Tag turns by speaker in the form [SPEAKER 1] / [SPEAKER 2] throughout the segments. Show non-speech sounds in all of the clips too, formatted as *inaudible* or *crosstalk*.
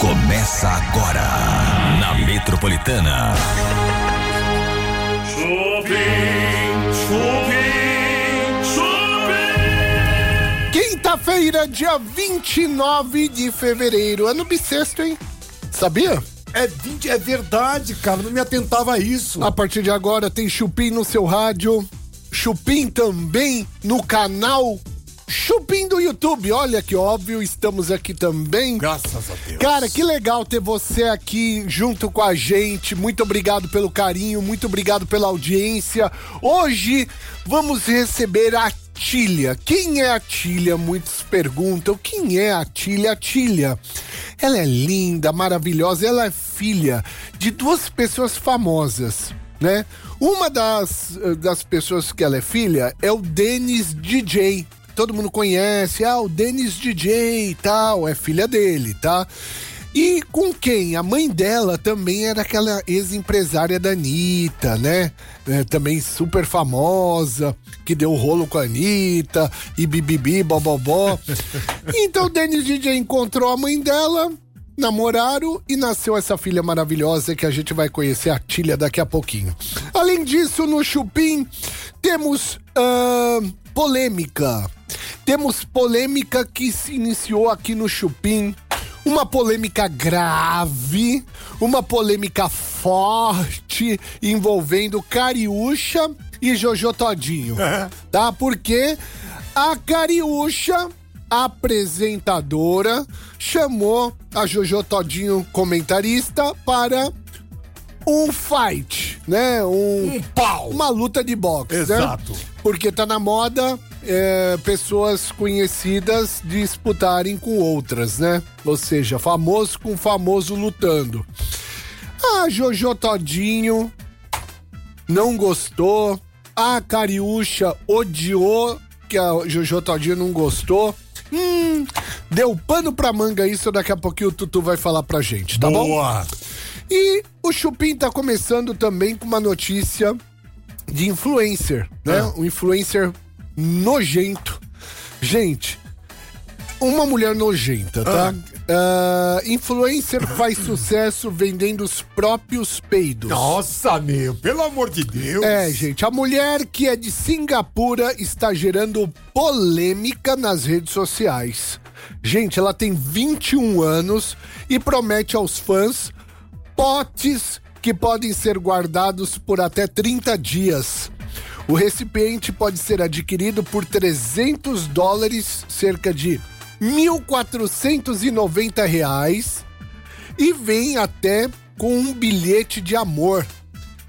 [SPEAKER 1] Começa agora na Metropolitana.
[SPEAKER 2] Chupim, chupim, chupim.
[SPEAKER 3] Quinta-feira, dia 29 de fevereiro. Ano bissexto, hein? Sabia?
[SPEAKER 4] É, 20 é verdade, cara. Não me atentava a isso.
[SPEAKER 3] A partir de agora tem Chupim no seu rádio, Chupim também no canal Chupim do YouTube. Olha que óbvio, estamos aqui também.
[SPEAKER 4] Graças a Deus.
[SPEAKER 3] Cara, que legal ter você aqui junto com a gente. Muito obrigado pelo carinho, muito obrigado pela audiência. Hoje vamos receber a Tilha. Quem é a Tilha? Muitos perguntam. Quem é a Tilha? A Tilha. Ela é linda, maravilhosa. Ela é filha de duas pessoas famosas, né? Uma das, eh, das pessoas que ela é filha é o Denis DJ todo mundo conhece, ah, o Denis DJ e tal, é filha dele, tá? E com quem? A mãe dela também era aquela ex-empresária da Anitta, né? É, também super famosa, que deu rolo com a Anitta, e bibibi, bobobó. então o Denis DJ encontrou a mãe dela, namoraram e nasceu essa filha maravilhosa que a gente vai conhecer a Tilha daqui a pouquinho. Além disso, no Chupim temos ahn, polêmica. Temos polêmica que se iniciou aqui no Chupim. Uma polêmica grave, uma polêmica forte envolvendo Cariúcha e Jojo Todinho. tá? Porque a Cariúcha a apresentadora chamou a Jojo Todinho, comentarista, para um fight, né? Um,
[SPEAKER 4] pau.
[SPEAKER 3] Uma luta de boxe,
[SPEAKER 4] Exato.
[SPEAKER 3] né? Porque tá na moda é, pessoas conhecidas disputarem com outras, né? Ou seja, famoso com famoso lutando. A Jojo Todinho não gostou. A Cariúcha odiou que a Jojo Todinho não gostou. Hum, deu pano pra manga isso, daqui a pouquinho o Tutu vai falar pra gente, tá bom?
[SPEAKER 4] Boa.
[SPEAKER 3] E o Chupim tá começando também com uma notícia de influencer, né?
[SPEAKER 4] É.
[SPEAKER 3] Um influencer nojento. Gente, uma mulher nojenta, tá? Ah, influencer
[SPEAKER 4] *coughs*
[SPEAKER 3] faz sucesso vendendo os próprios peidos.
[SPEAKER 4] Nossa, meu. Pelo amor de Deus.
[SPEAKER 3] É, gente, a mulher que é de Singapura está gerando polêmica nas redes sociais. Gente, ela tem 21 anos e promete aos fãs potes que podem ser guardados por até 30 dias. O recipiente pode ser adquirido por 300 dólares, cerca de 1.490 reais e vem até com um bilhete de amor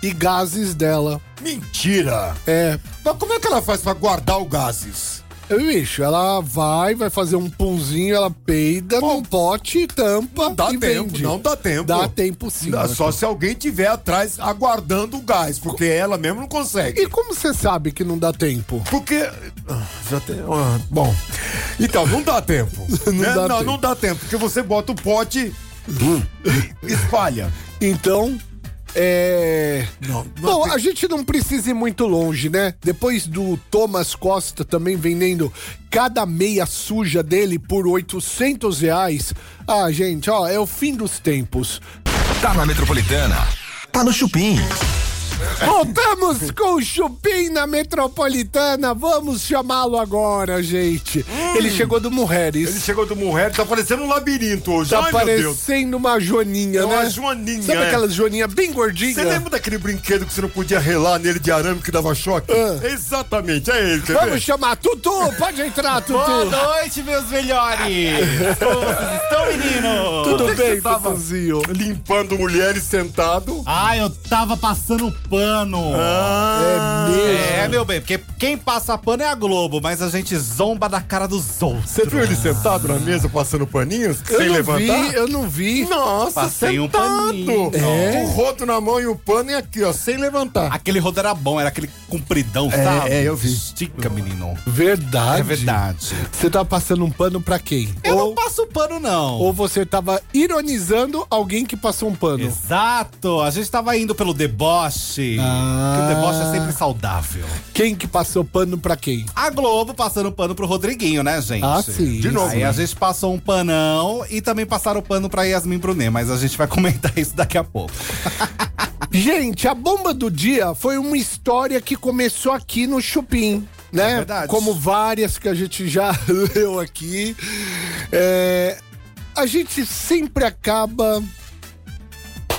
[SPEAKER 3] e gases dela.
[SPEAKER 4] Mentira.
[SPEAKER 3] É,
[SPEAKER 4] Mas como é que ela faz pra guardar o gases?
[SPEAKER 3] bicho, ela vai, vai fazer um punzinho, ela peida num pote, tampa
[SPEAKER 4] Não dá
[SPEAKER 3] e
[SPEAKER 4] tempo,
[SPEAKER 3] vende.
[SPEAKER 4] não dá tempo.
[SPEAKER 3] Dá tempo sim.
[SPEAKER 4] Dá
[SPEAKER 3] né?
[SPEAKER 4] Só se alguém tiver atrás aguardando o gás, porque ela mesmo não consegue.
[SPEAKER 3] E como você sabe que não dá tempo?
[SPEAKER 4] Porque. Ah, Já tem. ah, bom. Então, não dá tempo.
[SPEAKER 3] *laughs* Não
[SPEAKER 4] né?
[SPEAKER 3] dá
[SPEAKER 4] não,
[SPEAKER 3] tempo.
[SPEAKER 4] não dá tempo. Porque você bota o pote e espalha.
[SPEAKER 3] Então, é...
[SPEAKER 4] Não, não
[SPEAKER 3] Bom,
[SPEAKER 4] tem-
[SPEAKER 3] a gente não precisa ir muito longe, né? Depois do Thomas Costa também vendendo cada meia suja dele por 800 reais. Ah, gente, ó, é o fim dos tempos.
[SPEAKER 4] Ah,
[SPEAKER 1] Tá na Metropolitana. Tá no Chupim.
[SPEAKER 3] Voltamos com o Chupim na Metropolitana. Vamos chamá-lo agora, gente. Ele chegou do Mujeres.
[SPEAKER 4] Hum. Ele chegou do Murré, tá parecendo um labirinto hoje.
[SPEAKER 3] Tá
[SPEAKER 4] Ai, meu Deus.
[SPEAKER 3] parecendo uma joaninha,
[SPEAKER 4] É
[SPEAKER 3] né?
[SPEAKER 4] uma joaninha,
[SPEAKER 3] Sabe
[SPEAKER 4] é.
[SPEAKER 3] aquela joaninha bem gordinha?
[SPEAKER 4] Você lembra daquele brinquedo que você não podia relar nele de arame que dava choque?
[SPEAKER 3] Ah.
[SPEAKER 4] Exatamente, é ele, quer
[SPEAKER 3] Vamos
[SPEAKER 4] ver?
[SPEAKER 3] chamar Tutu, pode entrar,
[SPEAKER 5] Boa
[SPEAKER 3] Tutu.
[SPEAKER 5] noite, meus
[SPEAKER 4] *laughs*
[SPEAKER 5] melhores! Como vocês
[SPEAKER 4] Então,
[SPEAKER 5] estão, meninos?
[SPEAKER 3] Tudo bem,
[SPEAKER 4] tava?
[SPEAKER 3] Tutuzinho?
[SPEAKER 4] Limpando mulheres sentado.
[SPEAKER 5] Ah, eu tava passando pano!
[SPEAKER 3] É mesmo.
[SPEAKER 5] É, meu bem, porque quem passa pano é a Globo, mas a gente zomba da cara dos outros.
[SPEAKER 4] Você viu ele sentado na mesa passando paninhos
[SPEAKER 3] Eu
[SPEAKER 4] sem
[SPEAKER 3] não
[SPEAKER 4] levantar?
[SPEAKER 3] vi, eu não vi.
[SPEAKER 4] Nossa,
[SPEAKER 5] Passei um
[SPEAKER 4] sentado.
[SPEAKER 5] paninho.
[SPEAKER 4] É. O rodo na mão e o pano e aqui, ó, sem levantar.
[SPEAKER 5] Aquele rodo era bom, era aquele compridão, sabe?
[SPEAKER 4] é, eu vi.
[SPEAKER 5] Estica, menino.
[SPEAKER 3] Verdade.
[SPEAKER 5] É verdade.
[SPEAKER 3] Você tá passando um pano pra quem?
[SPEAKER 5] Eu
[SPEAKER 3] ou,
[SPEAKER 5] não passo pano, não.
[SPEAKER 3] ou você tava ironizando alguém que passou um pano?
[SPEAKER 5] Exato! A gente tava indo pelo deboche. deboche. Que o deboche é sempre saudável.
[SPEAKER 3] Ah. Quem que passou pano pra quem?
[SPEAKER 5] A Globo passando pano pro Rodriguinho, né, gente?
[SPEAKER 3] Ah, sim.
[SPEAKER 5] De novo. Aí
[SPEAKER 3] né?
[SPEAKER 5] a gente passou um panão e também passaram o pano pra Yasmin Brunet, mas a gente vai *laughs* comentar isso daqui a pouco.
[SPEAKER 3] Gente, a bomba do dia foi uma história que começou aqui no Chupim. Né?
[SPEAKER 5] É verdade.
[SPEAKER 3] Como várias que a gente já *laughs* leu aqui. É, a gente sempre acaba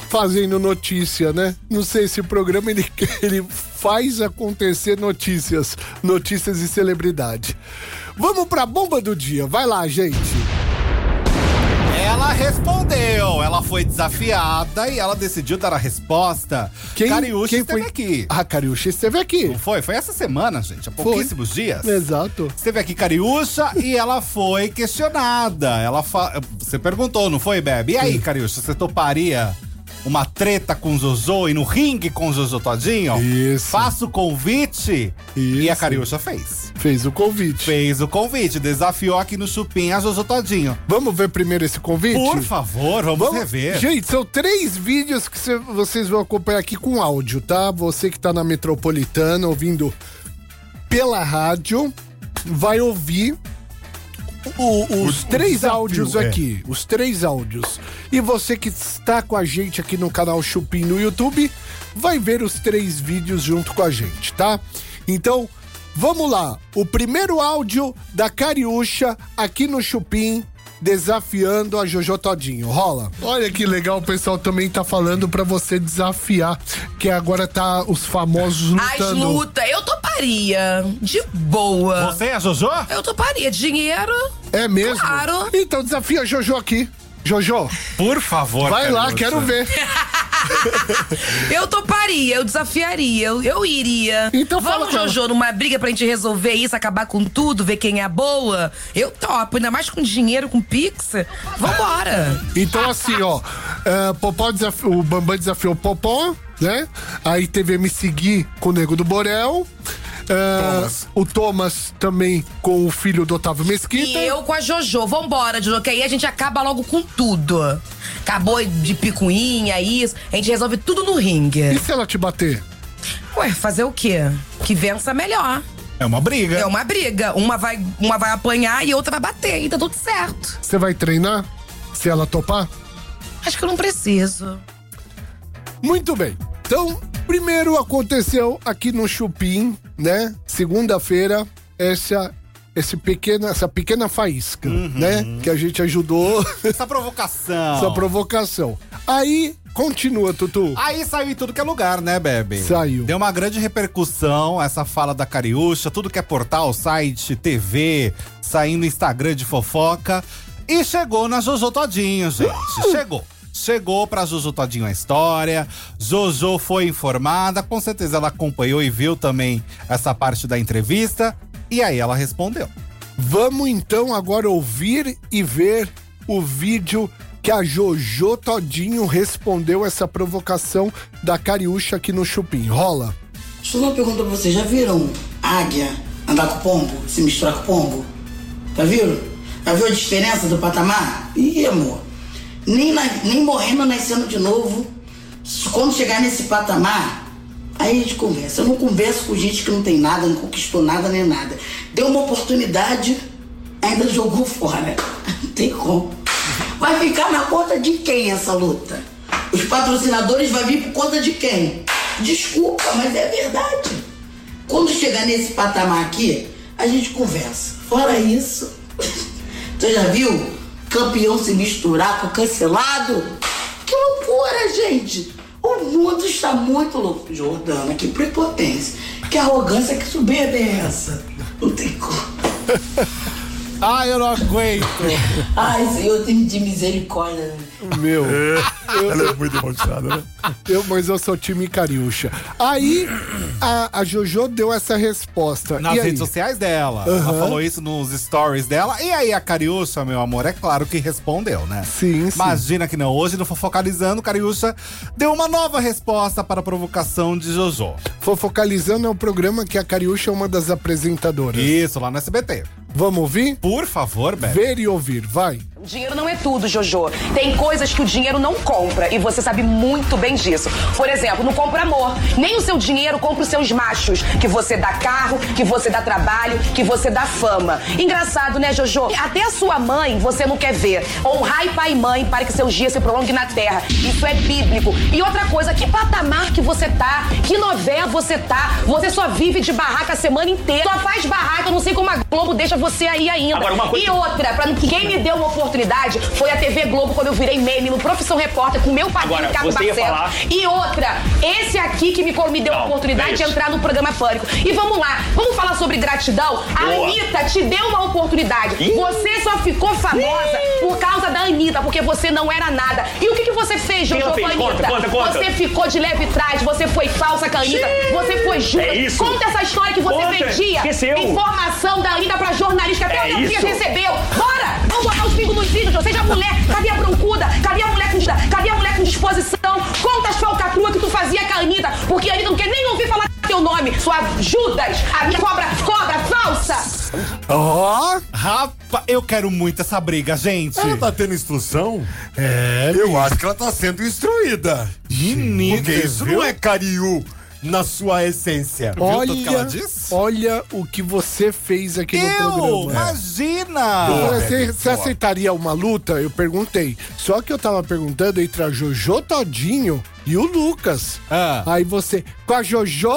[SPEAKER 3] fazendo notícia, né? Não sei, esse programa ele, *laughs* ele faz acontecer notícias, notícias e celebridade. Vamos pra bomba do dia, vai lá, gente.
[SPEAKER 5] Ela respondeu, ela foi desafiada e ela decidiu dar a resposta. Cariúcha esteve
[SPEAKER 3] foi-
[SPEAKER 5] aqui.
[SPEAKER 3] Ah, Cariúcha esteve aqui.
[SPEAKER 5] Não foi? Foi essa semana, gente, há pouquíssimos dias.
[SPEAKER 3] Exato.
[SPEAKER 5] Esteve aqui Cariúcha e ela foi questionada. Ela fa... Você perguntou, não foi, Bebe? E aí, Cariúcha, você toparia uma treta com Zozô e no ringue com Zozô Todinho?
[SPEAKER 3] Isso.
[SPEAKER 5] Faça o convite. E a
[SPEAKER 3] Isso.
[SPEAKER 5] Cariúcha fez.
[SPEAKER 3] Fez o convite.
[SPEAKER 5] Fez o convite, desafiou aqui no Chupim a Zozô Todinho.
[SPEAKER 3] Vamos ver primeiro esse convite?
[SPEAKER 5] Por favor, vamos,
[SPEAKER 3] Vamos
[SPEAKER 5] rever.
[SPEAKER 3] Gente, são três vídeos que cê- vocês vão acompanhar aqui com áudio, tá? Você que tá na metropolitana ouvindo pela rádio, vai ouvir o- os três áudios
[SPEAKER 5] é.
[SPEAKER 3] aqui. Os três áudios. E você que está com a gente aqui no canal Chupim no YouTube, vai ver os três vídeos junto com a gente, tá? Então, vamos lá. O primeiro áudio da Cariúcha aqui no Chupim. Desafiando a Jojo Todinho. Rola. Olha que legal, o pessoal também tá falando pra você desafiar. Que agora tá os famosos
[SPEAKER 6] As luta, eu toparia. De boa.
[SPEAKER 5] Você é a Zozô?
[SPEAKER 6] Eu toparia. Dinheiro.
[SPEAKER 3] É mesmo?
[SPEAKER 6] Claro.
[SPEAKER 3] Então desafia a Jojo aqui. Jojo,
[SPEAKER 5] Por favor,
[SPEAKER 3] vai lá,
[SPEAKER 5] Cariúcha.
[SPEAKER 3] quero ver.
[SPEAKER 6] *laughs* Eu toparia, eu desafiaria, eu, eu iria.
[SPEAKER 3] Então fala
[SPEAKER 6] Vamos,
[SPEAKER 3] com ela.
[SPEAKER 6] Jojo, numa briga pra gente resolver isso, acabar com tudo, ver quem é a boa. Eu topo, ainda mais com dinheiro, com Pix. Vambora.
[SPEAKER 3] Então, assim, ó, é, Popó desaf- o Bambam desafiou o Popó, né? Aí teve MC Gui com o Nego do Borel. é, O Thomas também com o filho do Otávio Mesquita.
[SPEAKER 6] E eu com a Jojo. Vambora, Jojo, que aí a gente acaba logo com tudo. Acabou de picuinha, isso. A gente resolve tudo no
[SPEAKER 3] E
[SPEAKER 6] ringue.
[SPEAKER 3] se ela te bater?
[SPEAKER 6] Ué, fazer o quê? Que vença melhor.
[SPEAKER 5] É uma briga.
[SPEAKER 6] É uma briga. Uma vai, uma vai apanhar e outra vai bater. E tá tudo certo.
[SPEAKER 3] Você vai treinar? Se ela topar?
[SPEAKER 6] Acho que eu não preciso.
[SPEAKER 3] Muito bem. Então, primeiro aconteceu aqui no Chupim, né? Segunda-feira, essa esse pequena, essa pequena faísca, né? Que a gente ajudou
[SPEAKER 5] Uhum. Essa provocação.
[SPEAKER 3] essa provocação. Aí continua, Tutu.
[SPEAKER 5] Aí saiu em tudo que é lugar, né, Bebe?
[SPEAKER 3] Saiu.
[SPEAKER 5] Deu uma grande repercussão essa fala da Cariúcha, tudo que é portal, site, TV, saindo Instagram de fofoca. E chegou na Jojo Todinho,
[SPEAKER 3] Uh!
[SPEAKER 5] gente. Chegou. Chegou pra Jojo Todinho a história. Jojo foi informada, com certeza ela acompanhou e viu também essa parte da entrevista. E aí ela respondeu.
[SPEAKER 3] Vamos então agora ouvir e ver o vídeo que a Jojo Todinho respondeu essa provocação da Cariúcha aqui no Chupim. Rola.
[SPEAKER 7] Deixa eu fazer uma pergunta pra vocês. Já viram águia andar com pombo? Se misturar com pombo? Já viram? Já viu a diferença do patamar? Ih, amor. Nem, na- nem morrendo, nascendo de novo. Quando chegar nesse patamar, aí a gente conversa. Eu não converso com gente que não tem nada, não conquistou nada nem nada. Deu uma oportunidade, ainda jogou fora. Não tem como. Vai ficar na conta de quem essa luta? Os patrocinadores vai vir por conta de quem? Desculpa, mas é verdade. Quando chegar nesse patamar aqui, a gente conversa. Fora isso, *coughs* você já viu campeão se misturar com cancelado? Que loucura, gente! O mundo está muito louco. Jordana, que prepotência. Que arrogância, que soberba é essa? Não tem
[SPEAKER 3] *laughs*
[SPEAKER 7] como.
[SPEAKER 3] Ah, eu não aguento.
[SPEAKER 7] Ai, Senhor, tem de misericórdia.
[SPEAKER 3] Meu.
[SPEAKER 4] Ela é muito emocionada, né?
[SPEAKER 3] Eu, mas eu sou time Cariúcha. Aí a, a Jojo deu essa resposta.
[SPEAKER 5] nas
[SPEAKER 3] e aí?
[SPEAKER 5] redes sociais dela. Ela falou isso nos stories dela. E aí a Cariúcha, meu amor, é claro que respondeu, né?
[SPEAKER 3] Sim, sim.
[SPEAKER 5] Imagina que não. Hoje, no Fofocalizando, Cariúcha deu uma nova resposta para a provocação de Jojo.
[SPEAKER 3] Fofocalizando é um programa que a Cariúcha é uma das apresentadoras.
[SPEAKER 5] Isso, lá no SBT.
[SPEAKER 3] Vamos ouvir?
[SPEAKER 5] Por favor, Bebe.
[SPEAKER 3] Ver e ouvir, vai.
[SPEAKER 8] Dinheiro não é tudo, Jojo. Tem coisas que o dinheiro não compra e você sabe muito bem disso. Por exemplo, não compra amor. Nem o seu dinheiro compra os seus machos, que você dá carro, que você dá trabalho, que você dá fama. Engraçado, né, Jojo? Até a sua mãe você não quer ver. Honrai pai e mãe para que seus dias se prolonguem na terra. Isso é bíblico. E outra coisa, que patamar que você tá? Que novela você tá? Você só vive de barraca a semana inteira. Só faz barraca, eu não sei como a Globo deixa você aí ainda.
[SPEAKER 2] Agora, uma coisa-
[SPEAKER 8] E outra, pra quem me deu uma oportunidade foi a TV Globo quando eu virei meme no Profissão Repórter com meu
[SPEAKER 2] Agora,
[SPEAKER 8] padrinho Caco
[SPEAKER 2] você ia
[SPEAKER 8] Barcelos.
[SPEAKER 2] falar-
[SPEAKER 8] E outra, esse aqui que me, co- me deu
[SPEAKER 2] Não,
[SPEAKER 8] a oportunidade
[SPEAKER 2] é
[SPEAKER 8] de
[SPEAKER 2] isso.
[SPEAKER 8] entrar no programa Pânico. E vamos lá, vamos falar sobre gratidão?
[SPEAKER 2] Boa.
[SPEAKER 8] A Anitta te deu uma oportunidade.
[SPEAKER 2] Ih.
[SPEAKER 8] Você só ficou famosa por causa da Anitta, porque você não era nada. E o que, que você fez,
[SPEAKER 2] que
[SPEAKER 8] Jojo,
[SPEAKER 2] ela
[SPEAKER 8] com a
[SPEAKER 2] fez?
[SPEAKER 8] Anitta?
[SPEAKER 2] Conta, conta, conta.
[SPEAKER 8] Você ficou de leve trás, você foi falsa com a Anitta, você foi justa.
[SPEAKER 2] É isso.
[SPEAKER 8] Conta essa história que você
[SPEAKER 2] Conta,
[SPEAKER 8] vendia
[SPEAKER 2] esqueceu.
[SPEAKER 8] informação da Anitta pra jornalista. Até
[SPEAKER 2] É
[SPEAKER 8] o meu filho
[SPEAKER 2] isso.
[SPEAKER 8] recebeu. Bora! Vamos botar os pingos nos is, Jojo. Seja mulher, cadê a broncuda? Cadê a mulher com, cadê a mulher com disposição? Conta as falcatruas que tu fazia com a Anitta, porque a Anitta não quer nem ouvir falar teu nome. Sua Judas, a minha cobra, cobra falsa.
[SPEAKER 4] Ó,
[SPEAKER 5] Rapaz, eu quero muito essa briga, gente.
[SPEAKER 4] ela tá tendo instrução?
[SPEAKER 3] É,
[SPEAKER 4] Eu acho que ela tá sendo instruída.
[SPEAKER 5] Menina,
[SPEAKER 4] Porque isso
[SPEAKER 5] viu?
[SPEAKER 4] não é cariú na sua essência.
[SPEAKER 5] Viu tudo que ela
[SPEAKER 3] olha,
[SPEAKER 5] disse?
[SPEAKER 3] olha o que você fez aqui no
[SPEAKER 5] Eu?
[SPEAKER 3] um programa. é.
[SPEAKER 5] Imagina!
[SPEAKER 3] Você,
[SPEAKER 4] Roberto,
[SPEAKER 3] você
[SPEAKER 4] boa.
[SPEAKER 3] aceitaria uma luta? Eu perguntei. Só que eu tava perguntando entre a Jojo Todinho e o Lucas.
[SPEAKER 5] Ah.
[SPEAKER 3] Aí você, com a Jojo,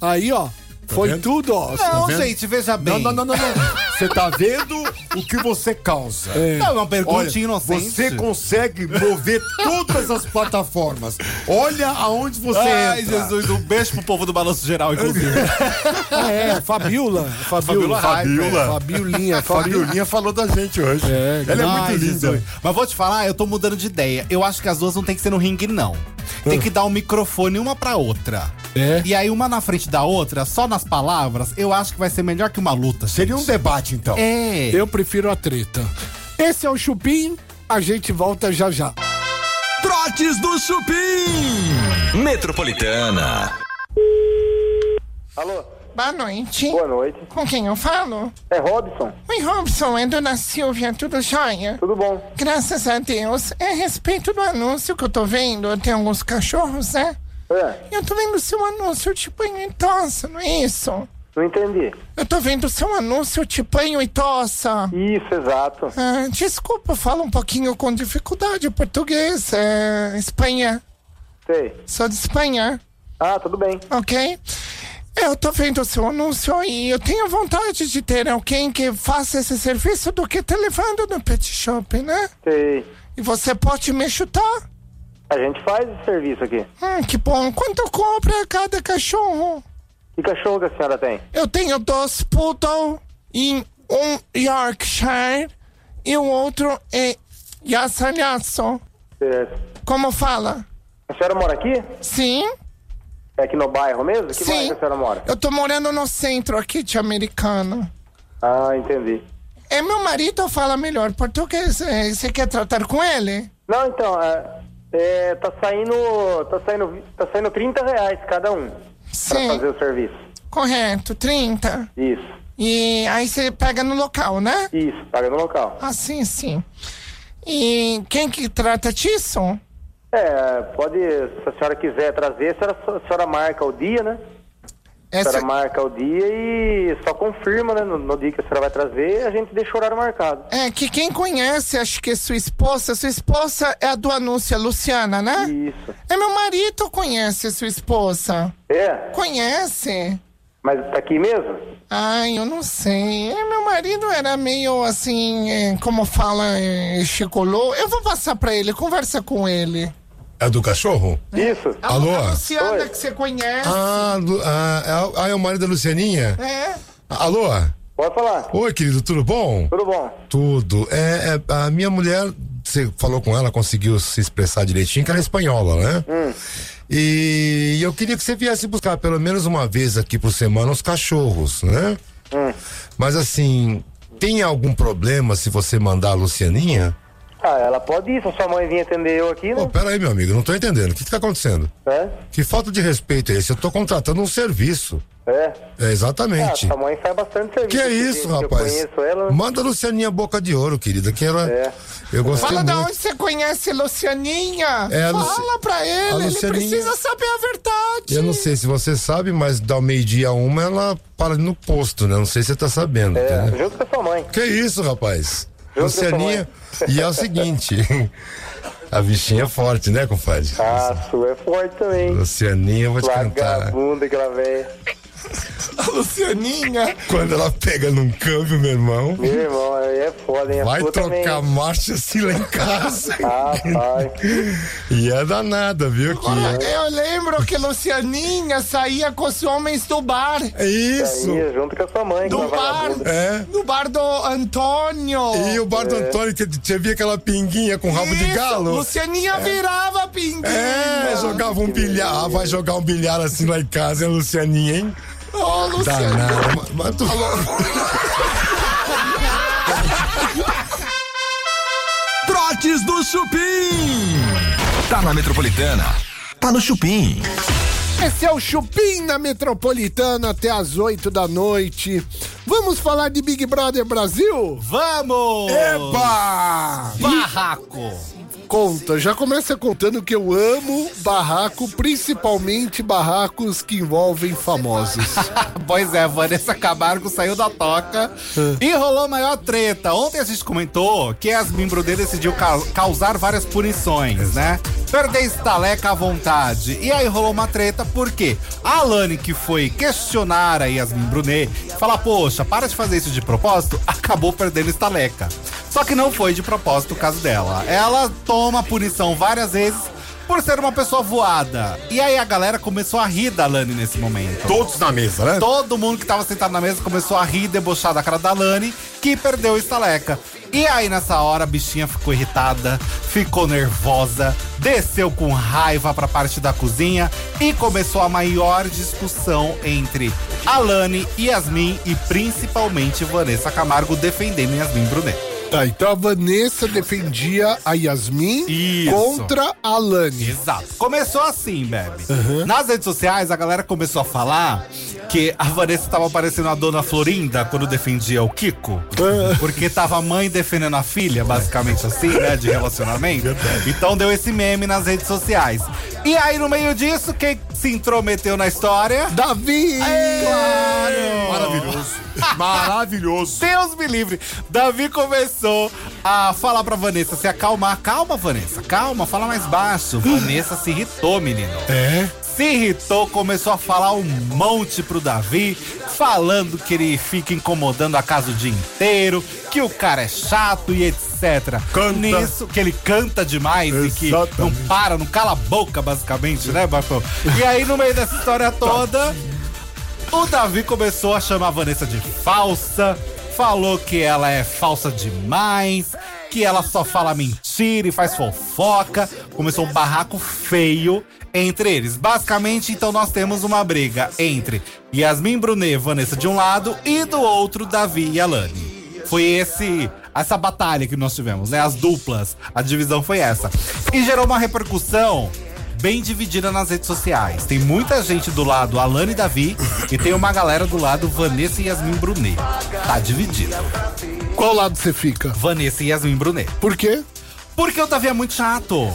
[SPEAKER 3] aí ó,
[SPEAKER 5] Tá
[SPEAKER 3] foi
[SPEAKER 4] vendo?
[SPEAKER 3] tudo, ó.
[SPEAKER 5] Não,
[SPEAKER 4] vendo?
[SPEAKER 5] gente, veja bem.
[SPEAKER 4] Não, não, não, não, não. Você tá vendo o que você causa.
[SPEAKER 5] Não, é uma pergunta
[SPEAKER 4] Olha,
[SPEAKER 5] inocente.
[SPEAKER 4] você consegue mover todas as plataformas. Olha aonde você
[SPEAKER 5] Ai,
[SPEAKER 4] entra.
[SPEAKER 5] Jesus, um beijo pro povo do Balanço Geral, inclusive.
[SPEAKER 3] Ah, é, Fabiola.
[SPEAKER 5] Fabiola
[SPEAKER 3] Fabiola.
[SPEAKER 5] Hyper.
[SPEAKER 3] Fabiolinha, Fabiola.
[SPEAKER 4] Fabiolinha É, falou da gente hoje.
[SPEAKER 3] É,
[SPEAKER 4] Ela é
[SPEAKER 5] Ai,
[SPEAKER 4] muito linda.
[SPEAKER 5] Jesus. Mas vou te falar, eu tô mudando de ideia. Eu acho que as duas não tem que ser no ringue, não.
[SPEAKER 4] Ah.
[SPEAKER 5] Tem que dar um microfone uma pra outra.
[SPEAKER 3] É.
[SPEAKER 5] E aí, uma na frente da outra, só nas palavras, eu acho que vai ser melhor que uma luta.
[SPEAKER 4] Seria um debate, então.
[SPEAKER 5] É.
[SPEAKER 3] Eu prefiro a treta. Esse é o Chupim, a gente volta já já.
[SPEAKER 1] Trotes do Chupim. Metropolitana.
[SPEAKER 9] Alô?
[SPEAKER 10] Boa noite.
[SPEAKER 9] Boa noite.
[SPEAKER 10] Com quem eu falo?
[SPEAKER 9] É Robson?
[SPEAKER 10] Oi, Robson, é Dona Silvia, tudo jóia?
[SPEAKER 9] Tudo bom?
[SPEAKER 10] Graças a Deus. É a respeito do anúncio que eu tô vendo, tem alguns cachorros, né?
[SPEAKER 9] É,
[SPEAKER 10] Eu tô vendo seu anúncio, eu te banho e tossa, não é isso?
[SPEAKER 9] não entendi.
[SPEAKER 10] Eu tô vendo seu anúncio, eu te banho e tossa.
[SPEAKER 9] Isso, exato.
[SPEAKER 10] Ah, desculpa, eu falo um pouquinho com dificuldade, português, é, Espanha,
[SPEAKER 9] Sei.
[SPEAKER 10] sou de Espanha.
[SPEAKER 9] Ah, tudo bem.
[SPEAKER 10] ok? Eu tô vendo o seu anúncio e eu tenho vontade de ter alguém que faça esse serviço do que tá levando no pet shop, né?
[SPEAKER 9] Sei.
[SPEAKER 10] E você pode me chutar?
[SPEAKER 9] A gente faz esse serviço aqui.
[SPEAKER 10] Hum, que bom. Quanto compra cada cachorro?
[SPEAKER 9] Que cachorro que a senhora tem?
[SPEAKER 10] Eu tenho dois poodle e um Yorkshire e o outro é Yassalhaço.
[SPEAKER 9] Certo.
[SPEAKER 10] Como fala?
[SPEAKER 9] A senhora mora aqui?
[SPEAKER 10] Sim?
[SPEAKER 9] É aqui no bairro mesmo? Que
[SPEAKER 10] Sim.
[SPEAKER 9] bairro que a senhora mora?
[SPEAKER 10] Eu tô morando no centro aqui de Americana.
[SPEAKER 9] Ah, entendi.
[SPEAKER 10] É, meu marido fala melhor português. é, Você quer tratar com ele?
[SPEAKER 9] Não, então, é, é, tá saindo. Tá saindo. Tá saindo 30 reais cada um pra fazer
[SPEAKER 10] Sim,
[SPEAKER 9] o serviço.
[SPEAKER 10] correto, 30.
[SPEAKER 9] Isso.
[SPEAKER 10] E aí você pega no local, né?
[SPEAKER 9] Isso, paga no local.
[SPEAKER 10] Ah, sim, sim. E quem que trata disso?
[SPEAKER 9] É, pode. Se a senhora quiser trazer, a senhora, a senhora marca o dia, né? A
[SPEAKER 10] Essa...
[SPEAKER 9] senhora marca o dia e só confirma, né? No, no dia que a senhora vai trazer, a gente deixa o horário marcado.
[SPEAKER 10] É que quem conhece, acho que é sua esposa. Sua esposa é a do anúncio, a Luciana, né?
[SPEAKER 9] Isso.
[SPEAKER 10] É meu marido conhece sua esposa.
[SPEAKER 9] É?
[SPEAKER 10] Conhece?
[SPEAKER 9] Mas tá aqui mesmo?
[SPEAKER 10] Ai, eu não sei. É, Meu marido era meio assim, é, como fala, é, chicolô. Eu vou passar pra ele, conversa com ele.
[SPEAKER 4] É do cachorro?
[SPEAKER 9] Isso.
[SPEAKER 4] Alô?
[SPEAKER 10] A Luciana
[SPEAKER 9] Oi.
[SPEAKER 10] que você conhece.
[SPEAKER 4] Ah, Lu- ah, é- ah, é o marido da Lucianinha?
[SPEAKER 10] É.
[SPEAKER 4] Alô?
[SPEAKER 9] Pode falar.
[SPEAKER 4] Oi, querido, tudo bom?
[SPEAKER 9] Tudo bom?
[SPEAKER 4] Tudo. É, é, a minha mulher, você falou com ela, conseguiu se expressar direitinho, que ela é espanhola, né?
[SPEAKER 9] Hum.
[SPEAKER 4] E eu queria que você viesse buscar pelo menos uma vez aqui por semana os cachorros, né?
[SPEAKER 9] Hum.
[SPEAKER 4] Mas assim, tem algum problema se você mandar a Lucianinha?
[SPEAKER 9] Ah, ela pode ir, se a sua mãe vir atender eu aqui, né?
[SPEAKER 4] *laughs* Pô, pera aí, meu amigo, não tô entendendo. O que que tá acontecendo?
[SPEAKER 9] É?
[SPEAKER 4] Que falta de respeito é esse? Eu tô contratando um serviço.
[SPEAKER 9] É.
[SPEAKER 4] É, exatamente.
[SPEAKER 9] Ah, sua mãe faz bastante serviço.
[SPEAKER 4] Que é
[SPEAKER 9] aqui,
[SPEAKER 4] isso,
[SPEAKER 9] que
[SPEAKER 4] rapaz?
[SPEAKER 9] Eu conheço ela.
[SPEAKER 4] Manda a Lucianinha Boca de Ouro, querida, que ela.
[SPEAKER 9] É.
[SPEAKER 4] Eu gostei
[SPEAKER 10] Fala da
[SPEAKER 4] muito.
[SPEAKER 10] onde você conhece Lucianinha.
[SPEAKER 4] É, a Luci-
[SPEAKER 10] Fala pra
[SPEAKER 4] a
[SPEAKER 10] ele, ele
[SPEAKER 4] Lucianinha-
[SPEAKER 10] precisa saber a verdade.
[SPEAKER 4] Eu não sei se você sabe, mas da meio-dia a uma ela para no posto, né? Não sei se você tá sabendo.
[SPEAKER 9] É,
[SPEAKER 4] entendeu?
[SPEAKER 9] junto com a sua mãe.
[SPEAKER 4] Que isso, rapaz?
[SPEAKER 9] Eu que
[SPEAKER 4] Lucianinha. *laughs* E é o seguinte: *laughs* a bichinha é forte, né, compadre?
[SPEAKER 9] Ah, a sua é forte também.
[SPEAKER 4] Lucianinha, eu vou te cantar.
[SPEAKER 9] Vagabunda, aquela véia.
[SPEAKER 10] *laughs* A Lucianinha.
[SPEAKER 4] Quando ela pega num câmbio, meu irmão,
[SPEAKER 9] Meu irmão, aí é foda, hein? A
[SPEAKER 4] vai
[SPEAKER 9] sua também.
[SPEAKER 4] trocar marcha assim lá em casa.
[SPEAKER 9] Ah, pai.
[SPEAKER 4] E é danada, viu?
[SPEAKER 10] Olha,
[SPEAKER 9] é
[SPEAKER 4] Que... é.
[SPEAKER 10] Eu lembro que Lucianinha saía com os homens do bar.
[SPEAKER 4] É isso.
[SPEAKER 9] Aí, junto com a sua mãe, com
[SPEAKER 10] Do
[SPEAKER 9] a
[SPEAKER 10] bar.
[SPEAKER 9] vagabunda. É.
[SPEAKER 4] É.
[SPEAKER 10] Do bar do Antônio. É.
[SPEAKER 4] E o Bar do Antônio, que tinha via aquela pinguinha com rabo de
[SPEAKER 10] Isso,
[SPEAKER 4] galo.
[SPEAKER 10] Lucianinha
[SPEAKER 9] É.
[SPEAKER 10] virava pinguinha.
[SPEAKER 4] É, jogava um bilhar. Ah, vai jogar um bilhar assim lá em casa, hein, Lucianinha, hein?
[SPEAKER 10] Ô, Lucianinha.
[SPEAKER 4] Danada. Mas- Mas tu...
[SPEAKER 1] Trotes do Chupim. Tá na Metropolitana. Tá no Chupim.
[SPEAKER 3] Esse é o Chupim na Metropolitana até às 8 da noite. Vamos falar de Big Brother Brasil?
[SPEAKER 5] Vamos!
[SPEAKER 3] Eba!
[SPEAKER 5] Barraco!
[SPEAKER 3] Conta, já começa contando que eu amo barraco, principalmente barracos que envolvem
[SPEAKER 5] *laughs*
[SPEAKER 3] famosos.
[SPEAKER 5] Pois é, Vanessa Camargo saiu da toca e rolou a maior treta. Ontem a gente comentou que Yasmin Brunet decidiu ca- causar várias punições, né? Perder estaleca à vontade. E aí rolou uma treta, porque a Alane, que foi questionar a Yasmin Brunet, falar, poxa, para de fazer isso de propósito, *laughs* acabou perdendo estaleca. Só que não foi de propósito o caso dela. Ela toma punição várias vezes por ser uma pessoa voada. E aí a galera começou a rir da Alane nesse momento.
[SPEAKER 4] Todos na mesa, né?
[SPEAKER 5] Todo mundo que tava sentado na mesa começou a rir, debochar da cara da Lani, que perdeu o estaleca. E aí, nessa hora, a bichinha ficou irritada, ficou nervosa, desceu com raiva pra parte da cozinha e começou a maior discussão entre Alane, Yasmin e principalmente Vanessa Camargo defendendo Yasmin Brunet.
[SPEAKER 3] Tá, então a Vanessa defendia a Yasmin
[SPEAKER 5] Isso.
[SPEAKER 3] contra a Lani.
[SPEAKER 5] Exato. Começou assim, Bebe. Nas redes sociais, a galera começou a falar que a Vanessa tava parecendo a dona Florinda quando defendia o Kiko. Porque tava a mãe defendendo a filha, basicamente assim, né? De relacionamento. Então deu esse meme nas redes sociais. E aí, no meio disso, quem se intrometeu na história?
[SPEAKER 3] Davi!
[SPEAKER 5] Maravilhoso.
[SPEAKER 4] *laughs*
[SPEAKER 5] Maravilhoso. Deus me livre. Davi começou a falar pra Vanessa se acalmar. Calma, Vanessa, calma, fala mais baixo. Vanessa se irritou, menino
[SPEAKER 4] É.
[SPEAKER 5] se irritou, começou a falar um monte pro Davi, falando que ele fica incomodando a casa o dia inteiro, que o cara é chato e etc.
[SPEAKER 4] Canta.
[SPEAKER 5] Nisso, que ele canta demais e que
[SPEAKER 4] Exatamente.
[SPEAKER 5] não para, não cala a boca, basicamente, né, Bartô? E aí, no meio dessa história toda, o Davi começou a chamar a Vanessa de falsa, falou que ela é falsa demais, que ela só fala mentira e faz fofoca. Começou um barraco feio entre eles. Basicamente, então nós temos uma briga entre Yasmin Brunet, Vanessa de um lado e do outro Davi e Alane. Foi esse essa batalha que nós tivemos, né? As duplas, a divisão foi essa. E gerou uma repercussão bem dividida nas redes sociais. Tem muita gente do lado Alane e Davi e tem uma galera do lado Vanessa e Yasmin Brunet. Tá dividido.
[SPEAKER 3] Qual lado você fica?
[SPEAKER 5] Vanessa e Yasmin Brunet.
[SPEAKER 3] Por quê?
[SPEAKER 5] Porque o Davi é muito chato.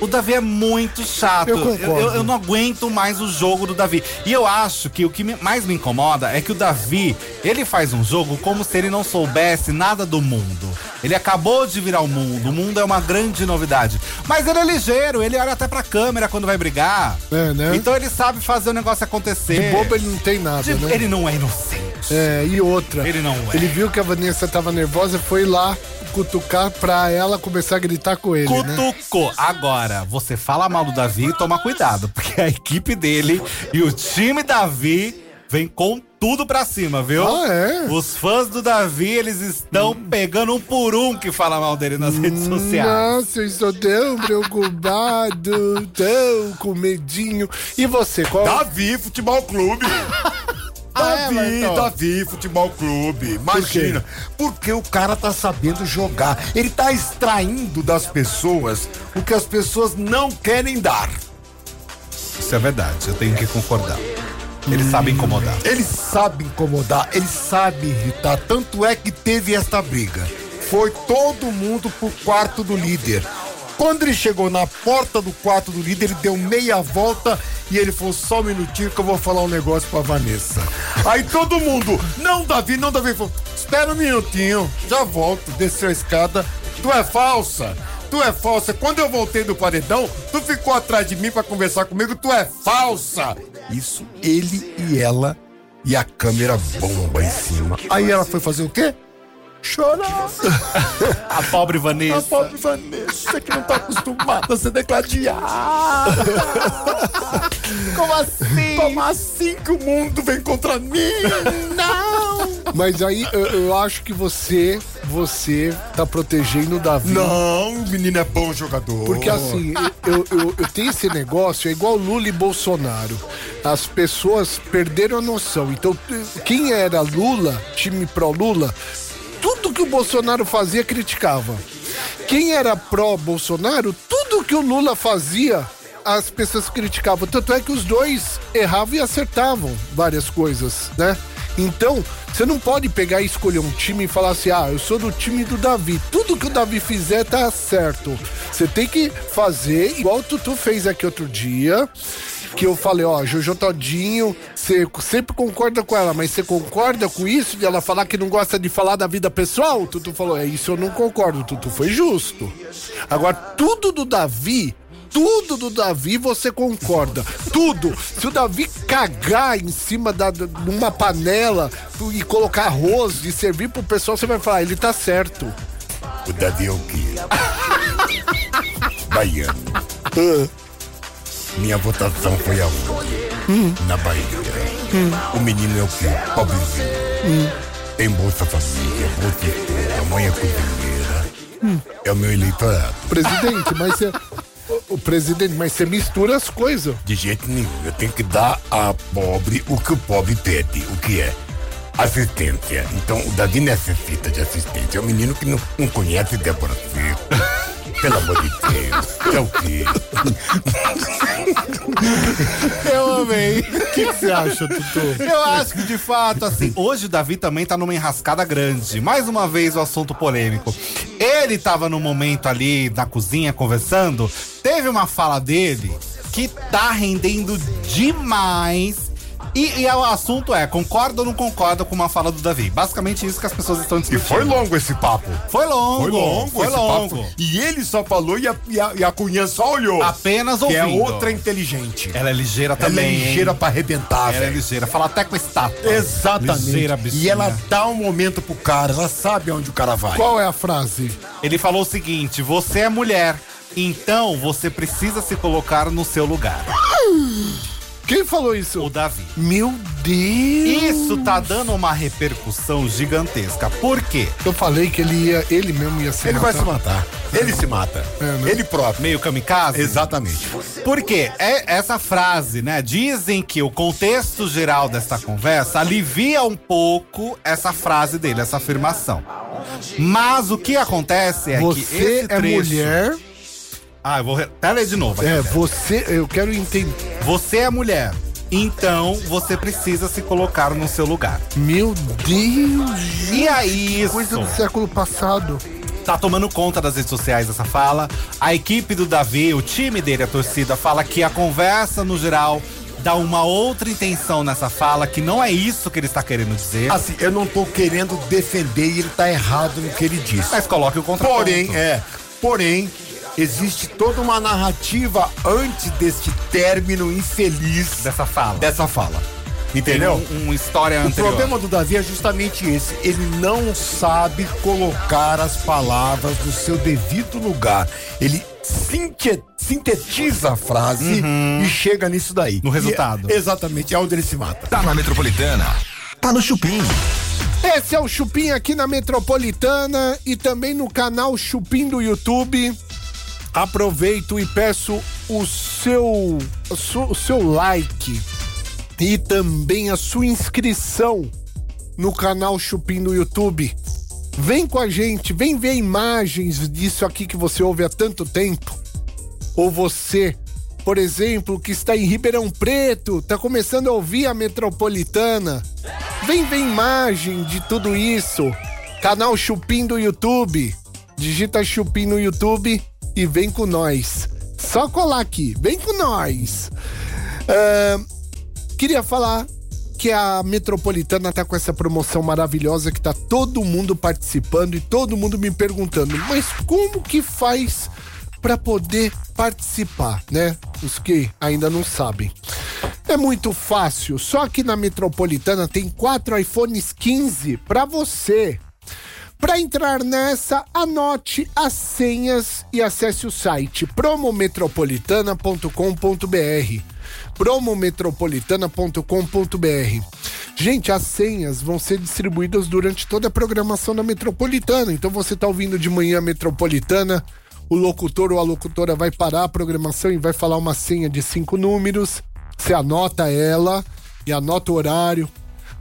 [SPEAKER 5] O Davi é muito chato.
[SPEAKER 3] Eu concordo.
[SPEAKER 5] eu- eu não aguento mais o jogo do Davi. E eu acho que o que me- mais me incomoda é que o Davi, ele faz um jogo como se ele não soubesse nada do mundo. Ele acabou de virar o mundo. O mundo é uma grande novidade. Mas ele é ligeiro, ele olha até pra câmera quando vai brigar.
[SPEAKER 3] É, né?
[SPEAKER 5] Então ele sabe fazer o negócio acontecer.
[SPEAKER 3] De bobo ele não tem nada,
[SPEAKER 5] De-
[SPEAKER 3] né?
[SPEAKER 5] Ele não é inocente.
[SPEAKER 3] É, e outra.
[SPEAKER 5] Ele não é.
[SPEAKER 3] Ele viu que a Vanessa tava nervosa, foi lá cutucar pra ela começar a gritar com ele, né?
[SPEAKER 5] Cutucou. Agora, você fala mal do Davi, toma cuidado, porque a equipe dele e o time Davi vem com tudo pra cima, viu?
[SPEAKER 3] Ah, é? Hum.
[SPEAKER 5] Os fãs do Davi, eles estão pegando um por um que fala mal dele nas redes sociais.
[SPEAKER 3] Nossa, eu estou *laughs* tão preocupado, tão com medinho. E você, qual?
[SPEAKER 4] Davi Futebol Clube. Davi, Davi Futebol Clube. Imagina. Porque o cara tá sabendo jogar. Ele tá extraindo das pessoas o que as pessoas não querem dar.
[SPEAKER 3] *laughs*
[SPEAKER 5] Isso é verdade, eu tenho que concordar. Ele sabe incomodar.
[SPEAKER 3] Ele sabe incomodar, ele sabe irritar. Tanto é que teve esta briga. Foi todo mundo pro quarto do líder. Quando ele chegou na porta do quarto do líder, ele deu meia volta e ele falou: só um minutinho que eu vou falar um negócio pra Vanessa. Aí todo mundo, não, Davi, não, Davi. Ele falou: espera um minutinho, já volto. Desceu a escada. Tu é falsa, tu é falsa. Quando eu voltei do paredão, tu ficou atrás de mim pra conversar comigo, tu é falsa. Isso ele e ela e a câmera bomba em cima. Aí ela foi fazer o quê? Chorar.
[SPEAKER 5] A pobre
[SPEAKER 3] A
[SPEAKER 5] Vanessa.
[SPEAKER 3] pobre Vanessa que não tá acostumada a ser decladeada. Como assim? Como assim que o mundo vem contra mim? Não! Mas aí eu, eu acho que você, você tá protegendo o Davi.
[SPEAKER 11] Não, o menino é bom jogador.
[SPEAKER 3] Porque assim, eu, eu, eu tenho esse negócio, é igual Lula e Bolsonaro. As pessoas perderam a noção. Então, quem era Lula, time pró-Lula, tudo que o Bolsonaro fazia criticava. Quem era pró-Bolsonaro, tudo que o Lula fazia, as pessoas criticavam. Tanto é que os dois erravam e acertavam várias coisas, né? Então, você não pode pegar e escolher um time e falar assim: ah, eu sou do time do Davi. Tudo que o Davi fizer tá certo. Você tem que fazer igual o Tutu fez aqui outro dia. Que eu falei, ó, Jojo Todinho, você sempre concorda com ela, mas você concorda com isso de ela falar que não gosta de falar da vida pessoal? O Tutu falou, é isso eu não concordo, o Tutu foi justo. Agora, tudo do Davi tudo do Davi você concorda. Tudo. Se o Davi cagar em cima da- de uma panela e colocar arroz e servir pro pessoal, você vai falar, ele tá certo.
[SPEAKER 11] O Davi é o quê? Baiano. Minha votação foi aonde?
[SPEAKER 3] Hum.
[SPEAKER 11] Na Bahia. O menino é o quê? Pobrezinho.
[SPEAKER 3] Hum.
[SPEAKER 11] Tem Bolsa Família, Bolsa Estudo, a mãe é cozinheira. É o meu eleitorado.
[SPEAKER 3] Hum. Presidente, mas você. o- O presidente, mas você mistura as coisas.
[SPEAKER 11] De jeito nenhum. Eu tenho que dar a pobre o que o pobre pede. O que é? Assistência. Então o Davi necessita de assistência. É um menino que não, não conhece
[SPEAKER 3] *laughs*
[SPEAKER 11] Débora Seco. Pelo amor de Deus. É o quê?
[SPEAKER 5] Eu amei.
[SPEAKER 3] O que você acha, Tutu?
[SPEAKER 5] Eu acho que de fato, assim, hoje o Davi também tá numa enrascada grande. Mais uma vez o assunto polêmico. Ele tava num momento ali na cozinha conversando, teve uma fala dele que tá rendendo demais. E, e o assunto é, concorda ou não concorda com uma fala do Davi? Basicamente isso que as pessoas estão
[SPEAKER 11] E
[SPEAKER 5] discutindo.
[SPEAKER 11] foi longo esse papo.
[SPEAKER 5] Foi longo.
[SPEAKER 11] Foi longo
[SPEAKER 5] Foi
[SPEAKER 11] esse
[SPEAKER 5] longo.
[SPEAKER 11] papo. E ele só falou e a, e a, e a Cunha só olhou.
[SPEAKER 5] Apenas
[SPEAKER 11] que é
[SPEAKER 5] ouvindo.
[SPEAKER 11] outra inteligente.
[SPEAKER 5] Ela é ligeira
[SPEAKER 11] Ela é
[SPEAKER 5] também. hein?
[SPEAKER 11] ligeira pra arrebentar,
[SPEAKER 5] Ela é
[SPEAKER 11] velho.
[SPEAKER 5] ligeira. Fala até com estátua.
[SPEAKER 11] Exatamente.
[SPEAKER 5] Ligeira,
[SPEAKER 11] e
[SPEAKER 5] bichinha.
[SPEAKER 11] ela dá um momento pro cara, ela sabe aonde o cara vai.
[SPEAKER 3] Qual é a frase?
[SPEAKER 5] Ele falou o seguinte: você é mulher, então você precisa se colocar no seu lugar.
[SPEAKER 3] Quem falou isso?
[SPEAKER 5] O Davi.
[SPEAKER 3] Meu Deus!
[SPEAKER 5] Isso tá dando uma repercussão gigantesca. Por quê?
[SPEAKER 3] Eu falei que ele ia, ele mesmo ia ser.
[SPEAKER 11] Ele vai se matar. Ele se mata. Ele próprio.
[SPEAKER 5] Meio kamikaze?
[SPEAKER 11] Exatamente.
[SPEAKER 5] Por quê? É essa frase, né? Dizem que o contexto geral dessa conversa alivia um pouco essa frase dele, essa afirmação. Mas o que acontece é que
[SPEAKER 3] Você
[SPEAKER 5] esse
[SPEAKER 3] é
[SPEAKER 5] trecho...
[SPEAKER 3] mulher.
[SPEAKER 5] Ah, eu vou... re- Até ler de novo. aqui,
[SPEAKER 3] É,
[SPEAKER 5] né?
[SPEAKER 3] você. Eu quero entender.
[SPEAKER 5] Você é mulher, então você precisa se colocar no seu lugar.
[SPEAKER 3] Meu Deus!
[SPEAKER 5] E aí, isso
[SPEAKER 3] Coisa do século passado.
[SPEAKER 5] tá tomando conta das redes sociais essa fala. A equipe do Davi, o time dele, a torcida, fala que a conversa, no geral, dá uma outra intenção nessa fala, que não é isso que ele está querendo dizer.
[SPEAKER 11] Assim, eu não tô querendo defender e ele tá errado no que ele disse.
[SPEAKER 5] Mas coloque o contraponto.
[SPEAKER 11] Porém, é. Porém, existe toda uma narrativa antes deste término infeliz
[SPEAKER 5] Dessa fala.
[SPEAKER 11] dessa fala.
[SPEAKER 5] Tem
[SPEAKER 11] Entendeu?
[SPEAKER 5] Um, um história
[SPEAKER 11] O
[SPEAKER 5] anterior.
[SPEAKER 11] problema do Davi é justamente esse. Ele não sabe colocar as palavras no seu devido lugar. Ele sinte- sintetiza a frase e chega nisso daí.
[SPEAKER 5] Uhum. No
[SPEAKER 11] E é-
[SPEAKER 5] resultado.
[SPEAKER 11] exatamente, é onde ele se mata.
[SPEAKER 12] Tá na Metropolitana. Tá no Chupim.
[SPEAKER 3] Esse é o Chupim aqui na Metropolitana e também no canal Chupim do YouTube. Aproveito e peço o seu, o seu, o seu like e também a sua inscrição no canal Chupim no YouTube. Vem com a gente, vem ver imagens disso aqui que você ouve há tanto tempo. Ou você por exemplo, que está em Ribeirão Preto, está começando a ouvir a metropolitana. Vem ver imagem de tudo isso. Canal Chupim do YouTube. Digita Chupim no YouTube e vem com nós. Só colar aqui, vem com nós. Ahn, queria falar que a Metropolitana tá com essa promoção maravilhosa que tá todo mundo participando e todo mundo me perguntando, mas como que faz para poder participar, né? Os que ainda não sabem. É muito fácil, só que na Metropolitana tem quatro iPhones 15 para você. Para entrar nessa, anote as senhas e acesse o site promometropolitana.com.br. promometropolitana.com.br. Gente, as senhas vão ser distribuídas durante toda a programação da Metropolitana. Então você tá ouvindo de manhã a Metropolitana, o locutor ou a locutora vai parar a programação e vai falar uma senha de cinco números. Você anota ela e anota o horário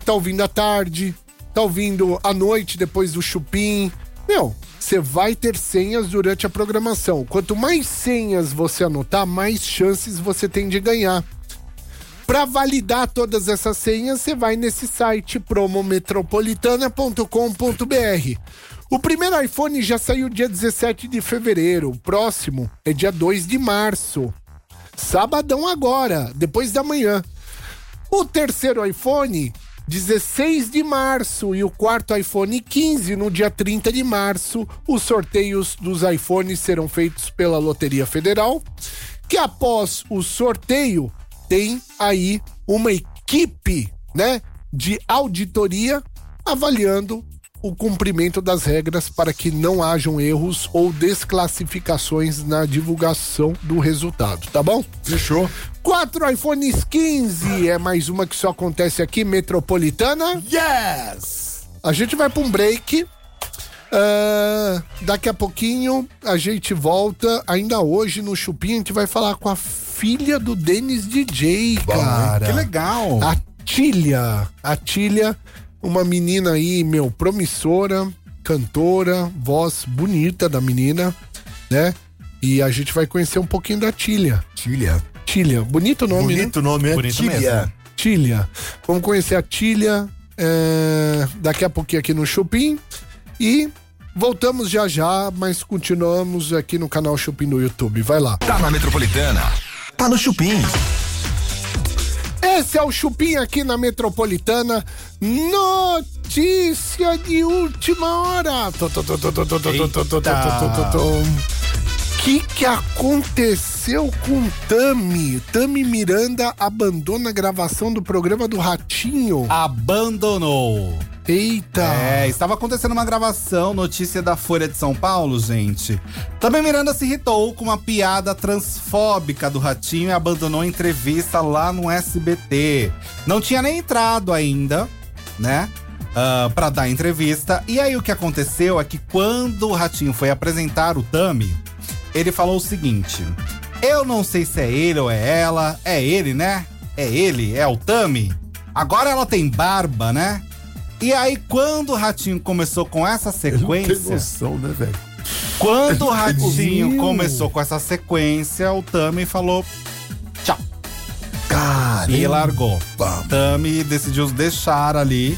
[SPEAKER 3] tá ouvindo à tarde, tá ouvindo à noite depois do chupim. Meu, você vai ter senhas durante a programação. Quanto mais senhas você anotar, mais chances você tem de ganhar. Para validar todas essas senhas, você vai nesse site promometropolitana.com.br. O primeiro iPhone já saiu dia 17 de fevereiro, o próximo é dia 2 de março. Sabadão agora, depois da manhã. O terceiro iPhone, 16 de março, e o quarto iPhone 15, no dia 30 de março. Os sorteios dos iPhones serão feitos pela Loteria Federal, que após o sorteio tem aí uma equipe, né, de auditoria avaliando o cumprimento das regras para que não hajam erros ou desclassificações na divulgação do resultado, tá bom?
[SPEAKER 4] Fechou.
[SPEAKER 3] Quatro iPhones 15 é mais uma que só acontece aqui, metropolitana.
[SPEAKER 5] Yes!
[SPEAKER 3] A gente vai para um break. Ah, daqui a pouquinho a gente volta. Ainda hoje no Chupim, a gente vai falar com a filha do Denis DJ, cara.
[SPEAKER 5] Que legal.
[SPEAKER 3] A Tília. A Tília, uma menina aí, meu, promissora, cantora, voz bonita da menina, né? E a gente vai conhecer um pouquinho da Tília.
[SPEAKER 4] Tília.
[SPEAKER 3] Tília, bonito nome, né?
[SPEAKER 4] Bonito nome, é
[SPEAKER 5] Bonito mesmo.
[SPEAKER 4] Tília.
[SPEAKER 3] Tília. Vamos conhecer a Tília é, daqui a pouquinho aqui no Chupim. E voltamos já já, mas continuamos aqui no canal Chupim no YouTube. Vai lá.
[SPEAKER 1] Tá na Metropolitana. Tá no Chupim.
[SPEAKER 3] Esse é o Chupim aqui na Metropolitana. Notícia de última hora. Tô, tô, tô, tô, tô, tô, tô, tô, tô, tô, tô, tô, tô, tô. Que que aconteceu com Tami? Tami Miranda abandona a gravação do programa do Ratinho.
[SPEAKER 5] Abandonou.
[SPEAKER 3] Eita!
[SPEAKER 5] É, estava acontecendo uma gravação, notícia da Folha de São Paulo, gente. Também Miranda se irritou com uma piada transfóbica do Ratinho e abandonou a entrevista lá no SBT. Não tinha nem entrado ainda, né? ah, pra dar a entrevista. E aí o que aconteceu é que quando o Ratinho foi apresentar o Tami, ele falou o seguinte: Eu não sei se é ele ou é ela. É ele, né? É ele, é o Tami. Agora ela tem barba, né? E aí, quando o Ratinho começou com essa sequência.
[SPEAKER 4] noção, né, velho?
[SPEAKER 5] Quando o Ratinho
[SPEAKER 4] Meu.
[SPEAKER 5] começou com essa sequência, o Tami falou tchau.
[SPEAKER 4] Cara.
[SPEAKER 5] E largou. Tami decidiu deixar ali.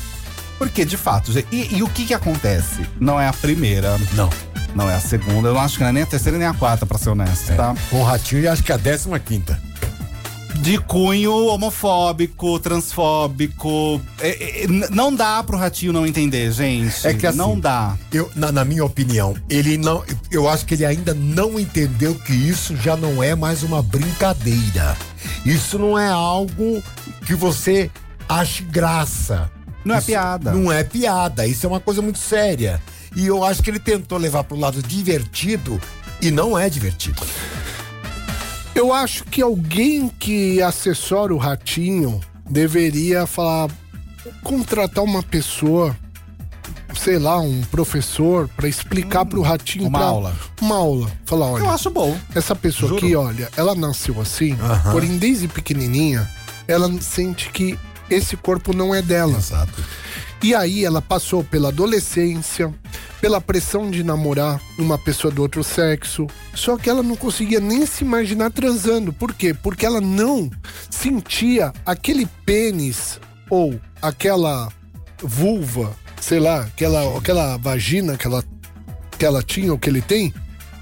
[SPEAKER 5] Porque, de fato, gente- e, e o que que acontece? Não é a primeira. Não. Não é a segunda. Eu não acho que não é nem a terceira nem a quarta, pra ser honesto, tá?
[SPEAKER 4] É. Com o ratinho e acho que é a décima quinta.
[SPEAKER 5] de cunho homofóbico, transfóbico. É, é, é, n- não dá pro ratinho não entender, gente.
[SPEAKER 4] É que assim-
[SPEAKER 5] não dá.
[SPEAKER 4] Eu, na, na minha opinião, ele não. Eu acho que ele ainda não entendeu que isso já não é mais uma brincadeira. Isso não é algo que você ache graça.
[SPEAKER 5] Não é
[SPEAKER 4] Isso
[SPEAKER 5] piada.
[SPEAKER 4] Não é piada. Isso é uma coisa muito séria. E eu acho que ele tentou levar pro lado divertido e não é divertido.
[SPEAKER 3] Eu acho que alguém que assessora o ratinho deveria falar contratar uma pessoa, sei lá, um professor pra explicar pro ratinho
[SPEAKER 5] Hum, uma
[SPEAKER 3] pra-
[SPEAKER 5] aula.
[SPEAKER 3] Uma aula. Falar, olha,
[SPEAKER 5] Eu acho bom.
[SPEAKER 3] essa pessoa
[SPEAKER 5] Juro.
[SPEAKER 3] aqui, olha, ela nasceu assim, porém desde pequenininha, ela sente que esse corpo não é dela.
[SPEAKER 4] Exato.
[SPEAKER 3] E aí ela passou pela adolescência, pela pressão de namorar uma pessoa do outro sexo. Só que ela não conseguia nem se imaginar transando. Por quê? Porque ela não sentia aquele pênis ou aquela vulva, sei lá, aquela, aquela vagina que ela, que ela tinha ou que ele tem.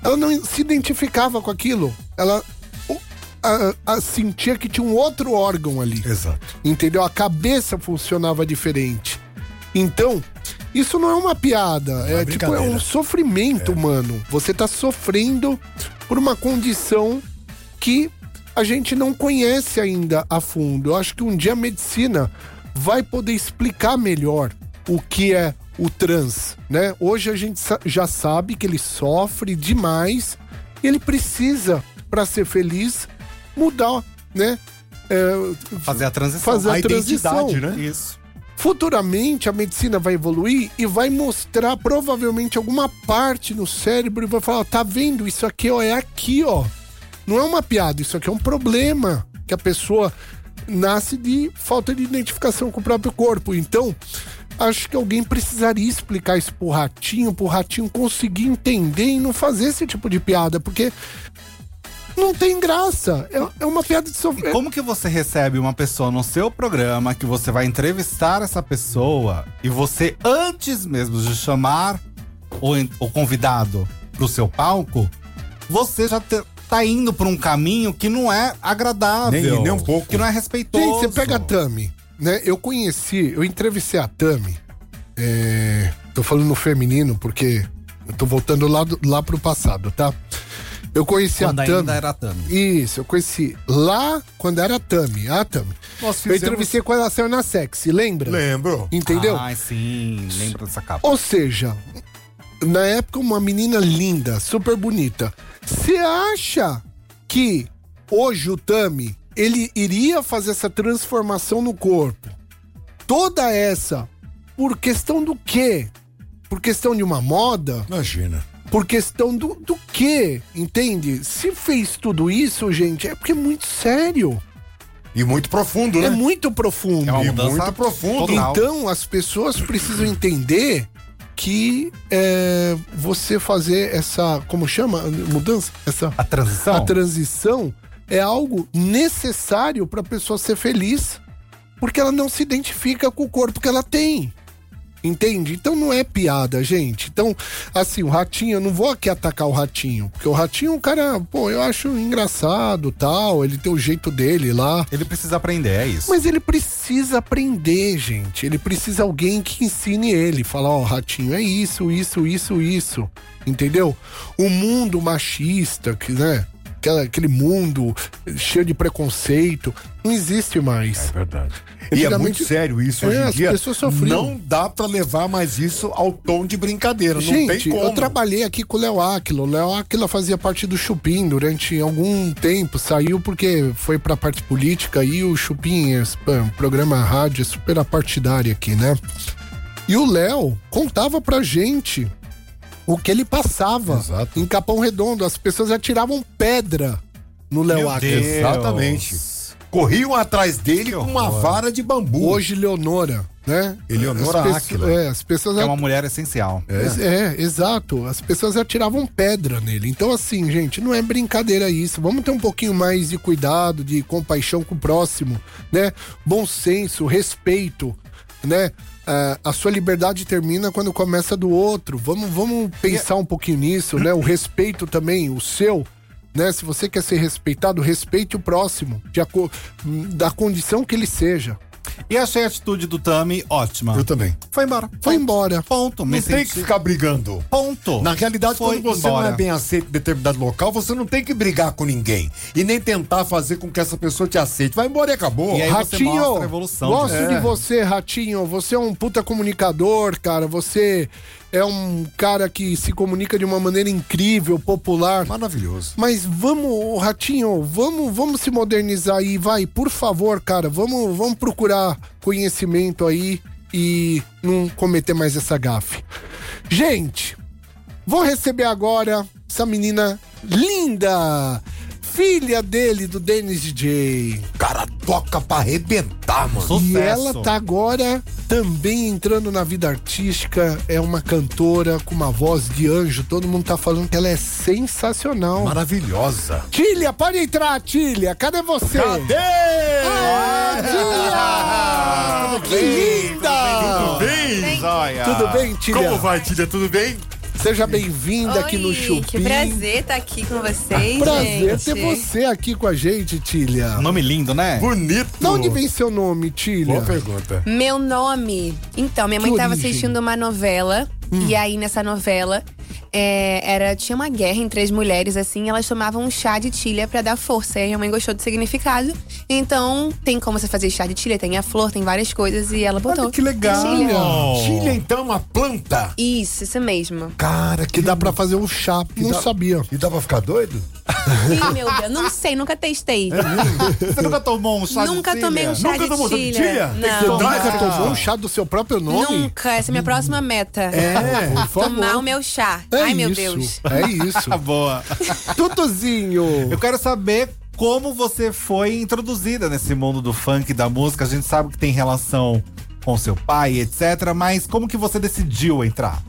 [SPEAKER 3] Ela não se identificava com aquilo. Ela o- a- a- sentia que tinha um outro órgão ali.
[SPEAKER 5] Exato.
[SPEAKER 3] Entendeu? A cabeça funcionava diferente. Então, isso não é uma piada. é tipo, é um sofrimento, mano. Você tá sofrendo por uma condição que a gente não conhece ainda a fundo. Eu acho que um dia a medicina vai poder explicar melhor o que é o trans, né? Hoje a gente sa- já sabe que ele sofre demais e ele precisa, pra ser feliz, mudar, né? É,
[SPEAKER 5] Fazer a transição.
[SPEAKER 3] fazer a,
[SPEAKER 11] A
[SPEAKER 3] transição.
[SPEAKER 11] identidade, né?
[SPEAKER 5] Isso.
[SPEAKER 3] Futuramente a medicina vai evoluir e vai mostrar provavelmente alguma parte no cérebro e vai falar: ó, tá vendo? Isso aqui ó, é aqui, ó. Não é uma piada, isso aqui é um problema que a pessoa nasce de falta de identificação com o próprio corpo. Então, acho que alguém precisaria explicar isso pro ratinho, pro ratinho conseguir entender e não fazer esse tipo de piada, porque não tem graça. É, é uma piada de
[SPEAKER 5] E
[SPEAKER 3] sofrer.
[SPEAKER 5] como que você recebe uma pessoa no seu programa que você vai entrevistar essa pessoa e você, antes mesmo de chamar o, en- o convidado pro seu palco, você já te- tá indo por um caminho que não é agradável.
[SPEAKER 11] Nem- nem um pouco.
[SPEAKER 5] Que não é respeitoso.
[SPEAKER 3] Gente, você pega a Tami, né? Eu conheci, eu entrevistei a Tami. é, tô falando no feminino porque eu tô voltando lá, do- lá pro passado, tá? Eu conheci
[SPEAKER 5] Quando
[SPEAKER 3] a
[SPEAKER 5] ainda
[SPEAKER 3] Tami.
[SPEAKER 5] era Tami.
[SPEAKER 3] Isso, eu conheci lá quando era a Tami, a Tami.
[SPEAKER 11] Nós
[SPEAKER 3] Eu
[SPEAKER 11] fizemos-
[SPEAKER 3] entrevistei quando ela saiu na sexy, lembra?
[SPEAKER 11] Lembro.
[SPEAKER 3] Entendeu?
[SPEAKER 5] Ai, sim, lembra dessa capa.
[SPEAKER 3] Ou seja, na época uma menina linda, super bonita. Você acha que hoje o Tami ele iria fazer essa transformação no corpo? Toda essa por questão do quê? Por questão de uma moda?
[SPEAKER 11] Imagina.
[SPEAKER 3] Por questão do, do quê? Entende? Se fez tudo isso, gente, é porque é muito sério.
[SPEAKER 11] E muito profundo, né?
[SPEAKER 3] É muito profundo.
[SPEAKER 5] É uma
[SPEAKER 11] E
[SPEAKER 5] mudança
[SPEAKER 11] muito profundo.
[SPEAKER 5] total.
[SPEAKER 3] Então as pessoas precisam entender que é, você fazer essa. Como chama? Mudança? Essa.
[SPEAKER 5] A transição?
[SPEAKER 3] A transição é algo necessário para a pessoa ser feliz, porque ela não se identifica com o corpo que ela tem. Entende? Então não é piada, gente. Então, assim, o ratinho, eu não vou aqui atacar o ratinho, porque o ratinho é um cara, pô, eu acho engraçado, tal, ele tem o jeito dele lá.
[SPEAKER 5] Ele precisa aprender, é isso.
[SPEAKER 3] Mas ele precisa aprender, gente. Ele precisa alguém que ensine ele. Falar, ó, ratinho, é isso, isso, isso, isso. Entendeu? O mundo machista, que, né? aquela- Aquele mundo cheio de preconceito, não existe
[SPEAKER 1] É
[SPEAKER 3] mais.
[SPEAKER 11] Verdade. E é muito
[SPEAKER 3] Antigamente-
[SPEAKER 11] sério isso
[SPEAKER 3] É,
[SPEAKER 11] hoje em
[SPEAKER 3] as
[SPEAKER 11] dia.
[SPEAKER 3] pessoas sofriam.
[SPEAKER 11] Não dá pra levar mais isso ao tom de brincadeira. não tem
[SPEAKER 3] Gente,
[SPEAKER 11] como.
[SPEAKER 3] eu trabalhei aqui com o Léo Aquila. O Léo Aquila fazia parte do Chupim durante algum tempo. Saiu porque foi pra parte política e o Chupim é é um programa rádio é super apartidário aqui, né? E o Léo contava pra gente o que ele passava
[SPEAKER 11] Exato.
[SPEAKER 3] em Capão Redondo. As pessoas atiravam pedra no Léo Aquila.
[SPEAKER 11] Exatamente. Corriam atrás dele com uma vara de bambu. um
[SPEAKER 3] Hoje, Leonora, né?
[SPEAKER 11] Eleonora
[SPEAKER 3] As pesso-
[SPEAKER 11] Aquila.
[SPEAKER 3] É, as pessoas
[SPEAKER 5] É uma mulher essencial.
[SPEAKER 3] É. exato. As pessoas atiravam pedra nele. Então, assim, gente, não é brincadeira isso. Vamos ter um pouquinho mais de cuidado, de compaixão com o próximo, né? Bom senso, respeito, né? Ah, a sua liberdade termina quando começa do outro. Vamos, vamos pensar um pouquinho nisso, né? O respeito também, o seu. Né? Se você quer ser respeitado, respeite o próximo, de aco- hum, da condição que ele seja.
[SPEAKER 5] E achei a atitude do Tami ótima.
[SPEAKER 11] Eu também.
[SPEAKER 5] Foi embora.
[SPEAKER 3] Foi embora.
[SPEAKER 5] Ponto.
[SPEAKER 11] Não
[SPEAKER 5] Me
[SPEAKER 11] tem que
[SPEAKER 5] senti-
[SPEAKER 11] ficar brigando.
[SPEAKER 5] Ponto.
[SPEAKER 11] Na realidade,
[SPEAKER 5] Foi
[SPEAKER 11] quando você
[SPEAKER 5] embora.
[SPEAKER 11] não é bem aceito em determinado local, você não tem que brigar com ninguém. E nem tentar fazer com que essa pessoa te aceite. Vai embora e acabou. É.
[SPEAKER 5] E aí- você mostra a
[SPEAKER 3] Ratinho,
[SPEAKER 5] evolução,
[SPEAKER 3] gosto
[SPEAKER 5] né?
[SPEAKER 3] de você, Ratinho. Você é um puta comunicador, cara. Você é um cara que se comunica de uma maneira incrível, popular.
[SPEAKER 11] Maravilhoso.
[SPEAKER 3] Mas vamos, ô, Ratinho, vamos, vamos se modernizar aí, vai, por favor, cara. Vamos, vamos procurar conhecimento aí e não cometer mais essa gafe. Gente, vou receber agora essa menina linda, filha dele, do Dennis DJ.
[SPEAKER 11] Cara, toca pra arrebentar, mano.
[SPEAKER 3] E ela tá agora também entrando na vida artística. É uma cantora com uma voz de anjo. Todo mundo tá falando que ela é sensacional.
[SPEAKER 11] Maravilhosa.
[SPEAKER 3] Tília, pode entrar, Tília. Cadê você?
[SPEAKER 11] Cadê?
[SPEAKER 3] Ah, Tília!
[SPEAKER 4] *laughs*
[SPEAKER 3] que linda!
[SPEAKER 11] Tudo bem? Zóia.
[SPEAKER 3] Tudo bem, Tília?
[SPEAKER 11] Como vai, Tília? Tudo bem?
[SPEAKER 3] Seja bem-vinda aqui no
[SPEAKER 13] Oi,
[SPEAKER 3] Chupim.
[SPEAKER 13] Que prazer estar aqui com vocês.
[SPEAKER 3] Prazer
[SPEAKER 13] gente.
[SPEAKER 3] ter você aqui com a gente, Tília.
[SPEAKER 5] Nome lindo, né?
[SPEAKER 11] Bonito.
[SPEAKER 3] De onde vem seu nome, Tília? Boa
[SPEAKER 11] pergunta.
[SPEAKER 13] Meu nome. Então, minha mãe
[SPEAKER 3] Que
[SPEAKER 13] estava
[SPEAKER 3] origem? Hum.
[SPEAKER 13] assistindo uma novela. E aí, nessa novela, é, era, tinha uma guerra entre as mulheres, assim. e elas tomavam um chá de tilha pra dar força. E a minha mãe gostou do significado. Então, tem como você fazer chá de tilha. Tem a flor, tem várias coisas. E ela botou.
[SPEAKER 11] que legal.
[SPEAKER 13] Tilha.
[SPEAKER 11] Tília, então, é uma planta.
[SPEAKER 13] Isso, isso mesmo.
[SPEAKER 3] *laughs*
[SPEAKER 11] Cara,
[SPEAKER 3] Que dá pra fazer um chá. Não
[SPEAKER 11] dá-
[SPEAKER 3] sabia.
[SPEAKER 11] E dá pra ficar doido? *laughs*
[SPEAKER 13] Ih, meu Deus, não sei, nunca testei.
[SPEAKER 5] Você nunca tomou um chá
[SPEAKER 13] Nunca
[SPEAKER 5] de
[SPEAKER 13] tomei um chá
[SPEAKER 11] Nunca
[SPEAKER 13] de
[SPEAKER 11] tomou chá de
[SPEAKER 13] tilha.
[SPEAKER 11] tilha? Tem que
[SPEAKER 13] Não.
[SPEAKER 11] tomar.
[SPEAKER 3] Nunca tomou um chá do seu próprio nome?
[SPEAKER 13] Nunca, essa é minha próxima meta.
[SPEAKER 3] É, por
[SPEAKER 13] *laughs* Tomar
[SPEAKER 3] favor.
[SPEAKER 13] o meu chá.
[SPEAKER 3] É
[SPEAKER 13] Ai, meu
[SPEAKER 3] isso,
[SPEAKER 13] Deus.
[SPEAKER 3] É
[SPEAKER 5] *laughs*
[SPEAKER 3] isso.
[SPEAKER 5] Ah, boa.
[SPEAKER 3] Tutuzinho.
[SPEAKER 5] Eu quero saber como você foi introduzida nesse mundo do funk, da música. A gente sabe que tem relação com seu pai, etc. Mas como que você decidiu entrar?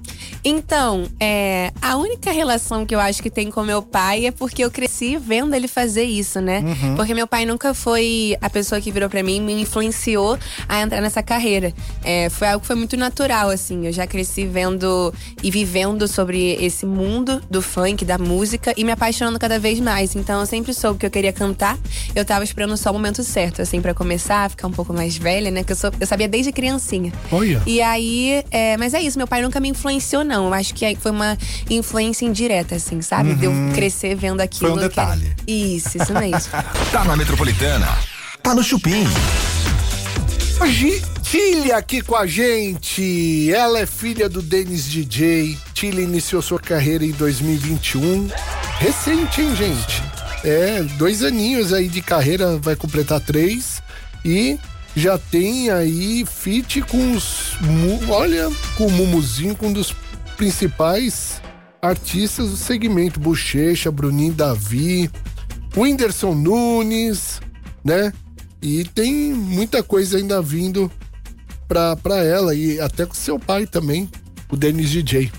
[SPEAKER 13] Então, é, a única relação que eu acho que tem com meu pai é porque eu cresci vendo ele fazer isso, né? Porque meu pai nunca foi a pessoa que virou pra mim e me influenciou a entrar nessa carreira. É, foi algo que foi muito natural, assim. Eu já cresci vendo e vivendo sobre esse mundo do funk, da música e me apaixonando cada vez mais. Então, eu sempre soube que eu queria cantar. Eu tava esperando só o momento certo, assim, pra começar, ficar um pouco mais velha, né? Que eu, sou, eu sabia desde criancinha.
[SPEAKER 3] Olha.
[SPEAKER 13] E aí, é, mas é isso, meu pai nunca me influenciou, não. Eu acho que aí foi uma influência indireta, assim, sabe? De eu crescer vendo aquilo.
[SPEAKER 5] Uhum. Foi um
[SPEAKER 13] que-
[SPEAKER 5] detalhe.
[SPEAKER 13] Isso,
[SPEAKER 5] *laughs*
[SPEAKER 13] isso
[SPEAKER 11] *laughs*
[SPEAKER 13] mesmo.
[SPEAKER 1] Tá na Metropolitana. Tá no Chupim.
[SPEAKER 3] Hoje, Tília aqui com a gente. Ela é filha do Denis DJ. Tília iniciou sua carreira em 2021. Recente, hein, gente? É, dois aninhos aí de carreira, vai completar três. E já tem aí feat com os. mu- Olha, com o Mumuzinho, com um dos principais artistas do segmento. Bochecha, Bruninho Davi, Whindersson Nunes, né? E tem muita coisa ainda vindo pra, pra ela e até com seu pai também, o Denis DJ.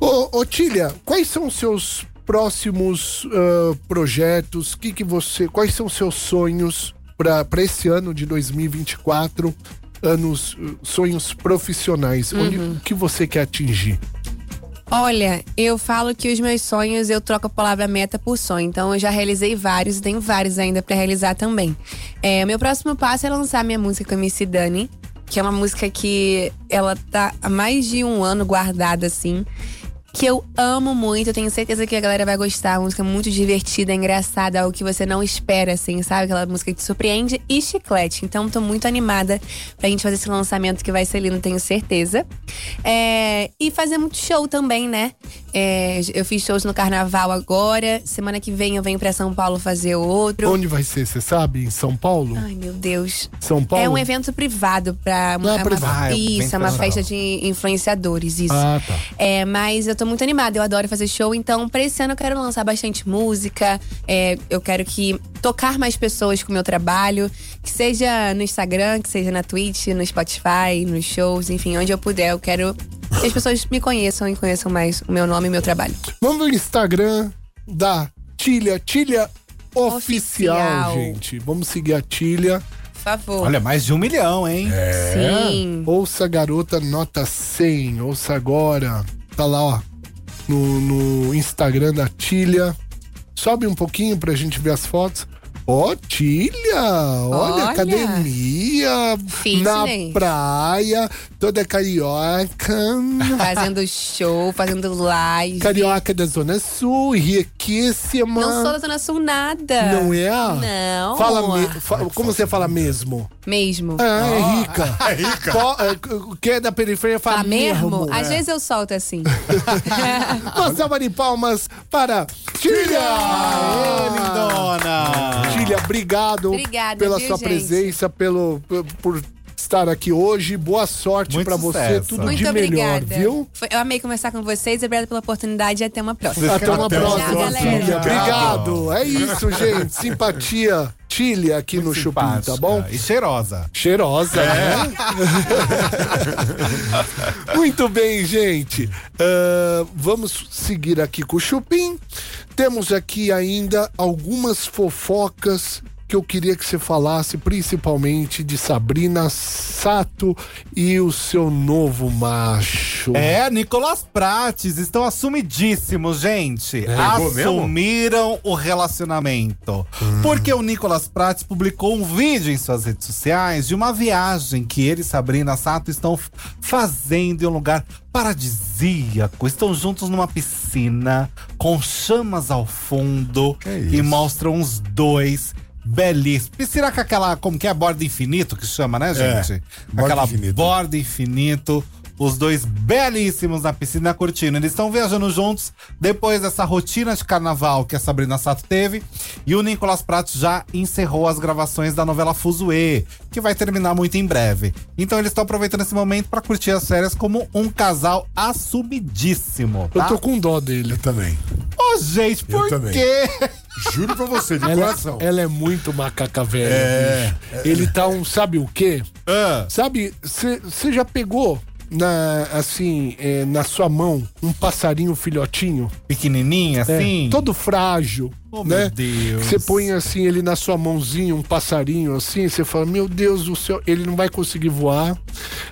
[SPEAKER 3] Ô, ô Tília, quais são os seus próximos ah, projetos? Que que você, quais são os seus sonhos pra pra esse ano de 2024? Anos, uh, sonhos profissionais. Onde,
[SPEAKER 13] Uhum.
[SPEAKER 3] o que você quer atingir?
[SPEAKER 13] Olha, eu falo que os meus sonhos, eu troco a palavra meta por sonho. Então eu já realizei vários e tenho vários ainda pra realizar também. É, o meu próximo passo é lançar minha música com a MC Dani, que é uma música que ela tá há mais de um ano guardada, assim. Que eu amo muito, eu tenho certeza que a galera vai gostar. Uma música é muito divertida, engraçada, é algo que você não espera, assim, sabe? Aquela música que te surpreende e chiclete. Então, tô muito animada pra gente fazer esse lançamento que vai ser lindo, tenho certeza. É, e fazer muito show também, né? É, eu fiz shows no carnaval agora. Semana que vem eu venho pra São Paulo fazer outro.
[SPEAKER 3] Onde vai ser, você sabe? Em São Paulo?
[SPEAKER 13] Ai, meu Deus.
[SPEAKER 3] São Paulo?
[SPEAKER 13] É um evento privado pra
[SPEAKER 3] Não é
[SPEAKER 13] uma-
[SPEAKER 3] privado.
[SPEAKER 5] Ah, é bem
[SPEAKER 13] Isso, é uma
[SPEAKER 5] privado.
[SPEAKER 13] festa de influenciadores, isso.
[SPEAKER 3] Ah, tá.
[SPEAKER 13] É, mas eu tô muito animada, eu adoro fazer show, então pra esse ano eu quero lançar bastante música. é, eu quero que tocar mais pessoas com o meu trabalho, que seja no Instagram, que seja na Twitch, no Spotify, nos shows, enfim, onde eu puder. Eu quero que as pessoas me conheçam e conheçam mais o meu nome e o meu trabalho.
[SPEAKER 3] Vamos no Instagram da Tilha, Tilha Oficial,
[SPEAKER 13] Oficial.
[SPEAKER 3] gente. Vamos seguir a Tilha. É.
[SPEAKER 13] Por favor.
[SPEAKER 5] Olha, mais de um milhão, hein?
[SPEAKER 13] Sim.
[SPEAKER 3] Ouça a garota nota 100. Ouça agora. Tá lá, ó. No, no Instagram da Tilha. Sobe um pouquinho pra gente ver as fotos. Ó, Tilha! Olha,
[SPEAKER 13] Olha.
[SPEAKER 3] academia,
[SPEAKER 13] Fitness.
[SPEAKER 3] na praia, toda carioca.
[SPEAKER 13] Fazendo show, fazendo live.
[SPEAKER 3] Carioca da Zona Sul, riquíssima.
[SPEAKER 13] Não sou da Zona Sul nada.
[SPEAKER 3] Não é?
[SPEAKER 13] Não.
[SPEAKER 3] Fala me- fa- como você fala mesmo?
[SPEAKER 13] Mesmo.
[SPEAKER 3] Ah, é rica. *laughs* É rica. O que é da periferia fala
[SPEAKER 13] Fala
[SPEAKER 3] mesmo.
[SPEAKER 13] Tá
[SPEAKER 3] né?
[SPEAKER 13] mesmo? Às vezes eu solto
[SPEAKER 3] *laughs*
[SPEAKER 13] assim.
[SPEAKER 3] Uma salva de palmas para Tilha!
[SPEAKER 5] Aê, lindona!
[SPEAKER 3] Tilha, obrigado
[SPEAKER 13] Obrigada,
[SPEAKER 3] pela
[SPEAKER 13] viu,
[SPEAKER 3] sua
[SPEAKER 13] gente?
[SPEAKER 3] presença, pelo, por estar aqui hoje. Boa sorte pra você, tudo
[SPEAKER 13] Muito
[SPEAKER 3] de melhor,
[SPEAKER 13] obrigada.
[SPEAKER 3] viu?
[SPEAKER 13] Foi- eu amei conversar com vocês. Obrigada pela oportunidade e até uma próxima.
[SPEAKER 3] Até uma próxima,
[SPEAKER 13] Obrigada, galera.
[SPEAKER 3] filha. Obrigado. É *laughs* isso, gente. Simpatia Tilha aqui no Chupim, tá bom?
[SPEAKER 5] E cheirosa.
[SPEAKER 3] Cheirosa, né?
[SPEAKER 13] *laughs*
[SPEAKER 11] É?
[SPEAKER 3] Muito bem, gente. Ah, vamos seguir aqui com o Chupim. Temos aqui ainda algumas fofocas que eu queria que você falasse, principalmente de Sabrina Sato e o seu novo macho.
[SPEAKER 5] É, Nicolas Prates estão assumidíssimos, gente.
[SPEAKER 11] É. pegou mesmo? Hum.
[SPEAKER 5] Assumiram o relacionamento. Porque o Nicolas Prates publicou um vídeo em suas redes sociais de uma viagem que ele e Sabrina Sato estão f- fazendo em um lugar paradisíaco. Estão juntos numa piscina, com chamas ao fundo e mostram os dois. belíssimos. Piscina com aquela, como que é? Borda infinito que chama, né,
[SPEAKER 11] É,
[SPEAKER 5] gente?
[SPEAKER 11] borda
[SPEAKER 5] aquela
[SPEAKER 11] infinita.
[SPEAKER 5] borda infinito. Os dois belíssimos na piscina curtindo. Eles estão viajando juntos depois dessa rotina de carnaval que a Sabrina Sato teve. E o Nicolas Prato já encerrou as gravações da novela Fuzue, que vai terminar muito em breve. Então eles estão aproveitando esse momento para curtir as férias como um casal assumidíssimo.
[SPEAKER 3] Eu
[SPEAKER 5] tá?
[SPEAKER 3] tô com dó dele. Eu também.
[SPEAKER 5] Ô, gente, por
[SPEAKER 3] também.
[SPEAKER 5] quê?
[SPEAKER 3] Juro pra você,
[SPEAKER 5] de
[SPEAKER 3] ela,
[SPEAKER 5] coração.
[SPEAKER 3] Ela é muito macaca velha,
[SPEAKER 5] É. Ah.
[SPEAKER 3] bicho. Ele tá um sabe o quê? Sabe, você já pegou na, assim, é, na sua mão um passarinho filhotinho? É,
[SPEAKER 5] Pequenininho, assim?
[SPEAKER 3] todo frágil,
[SPEAKER 5] Oh,
[SPEAKER 3] né?
[SPEAKER 5] meu Deus.
[SPEAKER 3] Você põe assim ele na sua mãozinha, um passarinho assim, você fala, meu Deus do céu, ele não vai conseguir voar.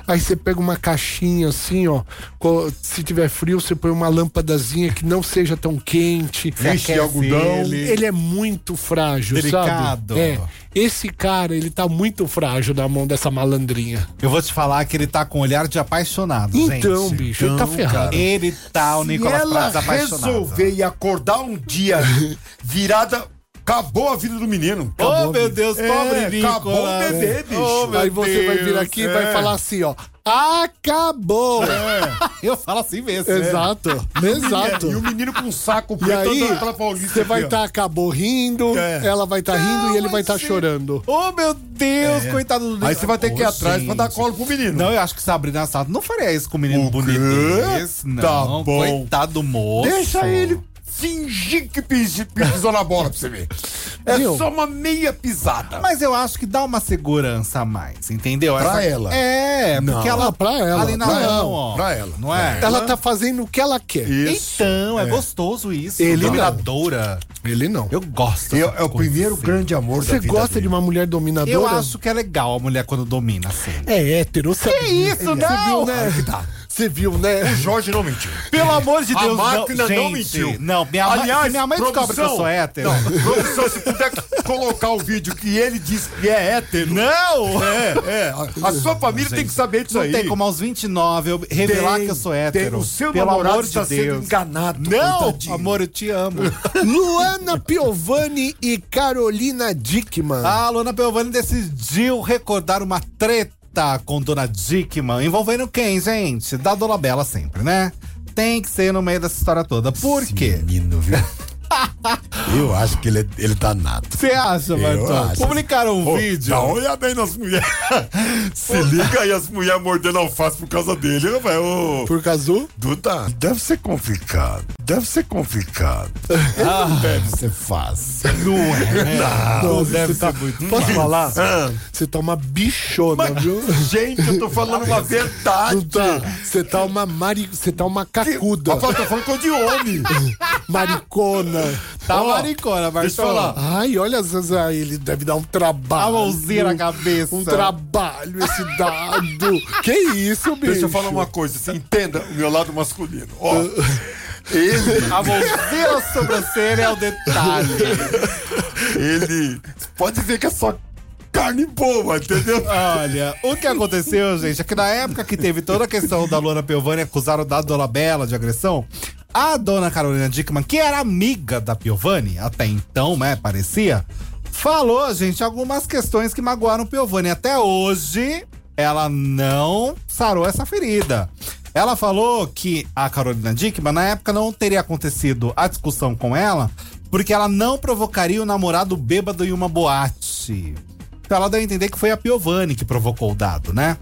[SPEAKER 3] Aí você pega uma caixinha assim, ó. co- Se tiver frio, você põe uma lâmpadazinha que não seja tão quente.
[SPEAKER 11] Você Veste aquece algodão.
[SPEAKER 3] Ele.
[SPEAKER 11] ele.
[SPEAKER 3] é muito frágil,
[SPEAKER 5] Delicado.
[SPEAKER 3] sabe? É. Esse cara, ele tá muito frágil na mão dessa malandrinha.
[SPEAKER 5] Eu vou te falar que ele tá com um olhar de apaixonado, gente.
[SPEAKER 3] Então, bicho, ele tá ferrado.
[SPEAKER 5] cara. Ele tá, o
[SPEAKER 11] Se
[SPEAKER 5] Nicolas
[SPEAKER 11] ela
[SPEAKER 5] Prates apaixonado.
[SPEAKER 11] resolver e acordar um *laughs* dia virada, acabou a vida do menino.
[SPEAKER 5] Acabou a meu vida. Deus, pobre Nicolas.
[SPEAKER 11] Acabou o bebê, bicho.
[SPEAKER 5] Oh, meu
[SPEAKER 3] Aí você vai vir
[SPEAKER 5] Deus,
[SPEAKER 3] aqui e vai
[SPEAKER 5] é.
[SPEAKER 3] falar assim, ó. Acabou!
[SPEAKER 5] Eu falo assim *laughs* mesmo. né?
[SPEAKER 3] Exato, exato.
[SPEAKER 11] É. E o menino com um saco
[SPEAKER 3] E
[SPEAKER 11] preto
[SPEAKER 3] aí,
[SPEAKER 11] andando pela Paulista.
[SPEAKER 3] você vai
[SPEAKER 11] aqui, ó.
[SPEAKER 3] estar acabou rindo,
[SPEAKER 11] É.
[SPEAKER 3] ela vai estar rindo e ele vai estar chorando.
[SPEAKER 5] Oh, meu Deus,
[SPEAKER 11] É.
[SPEAKER 5] coitado do
[SPEAKER 11] Aí você vai ter que ir
[SPEAKER 5] Ô,
[SPEAKER 11] atrás pra
[SPEAKER 5] gente.
[SPEAKER 11] dar cola pro menino.
[SPEAKER 5] Não, eu acho que Sabrina Sato não faria isso com o menino bonitês. Não,
[SPEAKER 11] Tá bom.
[SPEAKER 5] coitado do moço.
[SPEAKER 11] Deixa ele fingir que pis- pisou na bola pra
[SPEAKER 5] *laughs*
[SPEAKER 11] você ver. É
[SPEAKER 5] Viu?
[SPEAKER 11] só uma meia pisada.
[SPEAKER 5] Mas eu acho que dá uma segurança a mais, entendeu?
[SPEAKER 11] Pra ela.
[SPEAKER 5] É, porque
[SPEAKER 3] Não,
[SPEAKER 5] ela.
[SPEAKER 3] pra ela,
[SPEAKER 5] Ali na
[SPEAKER 3] pra
[SPEAKER 5] mão,
[SPEAKER 3] ela,
[SPEAKER 5] ó.
[SPEAKER 11] pra ela.
[SPEAKER 5] Não é?
[SPEAKER 3] Ela tá fazendo o que ela quer.
[SPEAKER 5] Então, é, gostoso isso.
[SPEAKER 3] Ele não.
[SPEAKER 5] Dominadora.
[SPEAKER 3] Ele não.
[SPEAKER 5] Eu gosto.
[SPEAKER 11] Eu-
[SPEAKER 5] dessas
[SPEAKER 11] é o
[SPEAKER 5] coisas,
[SPEAKER 11] primeiro
[SPEAKER 5] assim.
[SPEAKER 11] grande amor da
[SPEAKER 3] Você
[SPEAKER 11] vida
[SPEAKER 3] gosta de
[SPEAKER 11] dele.
[SPEAKER 3] uma mulher dominadora?
[SPEAKER 5] Eu acho que é legal a mulher quando domina, assim.
[SPEAKER 3] É hétero, você
[SPEAKER 5] Que isso,
[SPEAKER 3] Você viu,
[SPEAKER 5] não!
[SPEAKER 11] tá.
[SPEAKER 3] né? Você viu, né?
[SPEAKER 11] O Jorge não mentiu.
[SPEAKER 5] Pelo amor de
[SPEAKER 11] A
[SPEAKER 5] Deus,
[SPEAKER 11] máquina não
[SPEAKER 5] gente,
[SPEAKER 11] mentiu.
[SPEAKER 5] Não, minha, Aliás,
[SPEAKER 11] Aliás,
[SPEAKER 5] mãe, minha mãe descobre que eu
[SPEAKER 11] produção,
[SPEAKER 5] sou hétero.
[SPEAKER 11] Produção, se puder colocar o vídeo que ele diz que é hétero.
[SPEAKER 5] Não!
[SPEAKER 11] É, é. A, a sua família tem que saber disso
[SPEAKER 5] Não
[SPEAKER 11] aí.
[SPEAKER 5] tem como aos 29 eu revelar
[SPEAKER 11] Tem,
[SPEAKER 5] que eu sou
[SPEAKER 11] tem.
[SPEAKER 5] hétero.
[SPEAKER 11] O seu
[SPEAKER 5] Pelo
[SPEAKER 11] namorado
[SPEAKER 5] amor de
[SPEAKER 11] está sendo
[SPEAKER 5] Deus.
[SPEAKER 11] enganado.
[SPEAKER 5] Não!
[SPEAKER 11] coitadinho.
[SPEAKER 5] Amor, eu te
[SPEAKER 11] *laughs*
[SPEAKER 5] amo.
[SPEAKER 3] Luana Piovani e Carolina Dickman.
[SPEAKER 5] a Ah, Luana Piovani decidiu recordar uma treta com Dona Dickman. Envolvendo quem, gente? Da Dona Bela sempre, né? Tem que ser no meio dessa história toda. Por quê?
[SPEAKER 11] Menino, viu? Eu acho que ele, é- ele tá nato.
[SPEAKER 5] Você acha, Bartol?
[SPEAKER 11] acho.
[SPEAKER 5] Publicaram um
[SPEAKER 11] Ô,
[SPEAKER 5] vídeo.
[SPEAKER 11] Dá uma olhada aí nas mulheres. *laughs* Se liga aí as mulheres mordendo alface por causa dele, né, velho. Ô,
[SPEAKER 3] Por casu?
[SPEAKER 11] Duda, deve ser complicado. Deve ser
[SPEAKER 5] *laughs*
[SPEAKER 11] complicado. Ah. Não deve ser fácil.
[SPEAKER 5] Não
[SPEAKER 4] *laughs*
[SPEAKER 5] é.
[SPEAKER 4] Ah,
[SPEAKER 5] Não, deve estar muito.
[SPEAKER 3] tá- Posso falar?
[SPEAKER 11] Ah.
[SPEAKER 3] Você tá uma bichona, viu?
[SPEAKER 11] Gente,
[SPEAKER 5] *laughs*
[SPEAKER 11] eu tô falando uma verdade.
[SPEAKER 3] Não tá. Você tá uma mari... Você tá uma cacuda.
[SPEAKER 11] Rapaz, eu tô falando coisa de homem.
[SPEAKER 3] *laughs* Maricona.
[SPEAKER 5] Tá
[SPEAKER 3] Ó,
[SPEAKER 5] maricona,
[SPEAKER 11] deixa eu
[SPEAKER 5] Bartol.
[SPEAKER 11] falar.
[SPEAKER 3] Ai, olha, Zaza, ele deve dar um
[SPEAKER 5] A
[SPEAKER 3] trabalho.
[SPEAKER 5] mãozinha na cabeça.
[SPEAKER 3] Um trabalho esse dado. que isso, bicho?
[SPEAKER 11] Deixa eu falar uma coisa, você entenda o meu lado masculino. Ó,
[SPEAKER 5] *laughs*
[SPEAKER 11] ele,
[SPEAKER 5] A mãozinha na sobrancelha é o detalhe.
[SPEAKER 11] *laughs* ele pode ver que é só carne boa, entendeu?
[SPEAKER 5] Olha, o que aconteceu, gente, é que na época que teve toda a questão da Luana Piovani acusaram da Dona Bela de agressão, a dona Carolina Dickman, que era amiga da Piovani, até então, né, parecia, falou, gente, algumas questões que magoaram Piovani. Até hoje, ela não sarou essa ferida. Ela falou que a Carolina Dickman, na época, não teria acontecido a discussão com ela, porque ela não provocaria o namorado bêbado em uma boate. Então ela deu a entender que foi a Piovani que provocou o dado, né?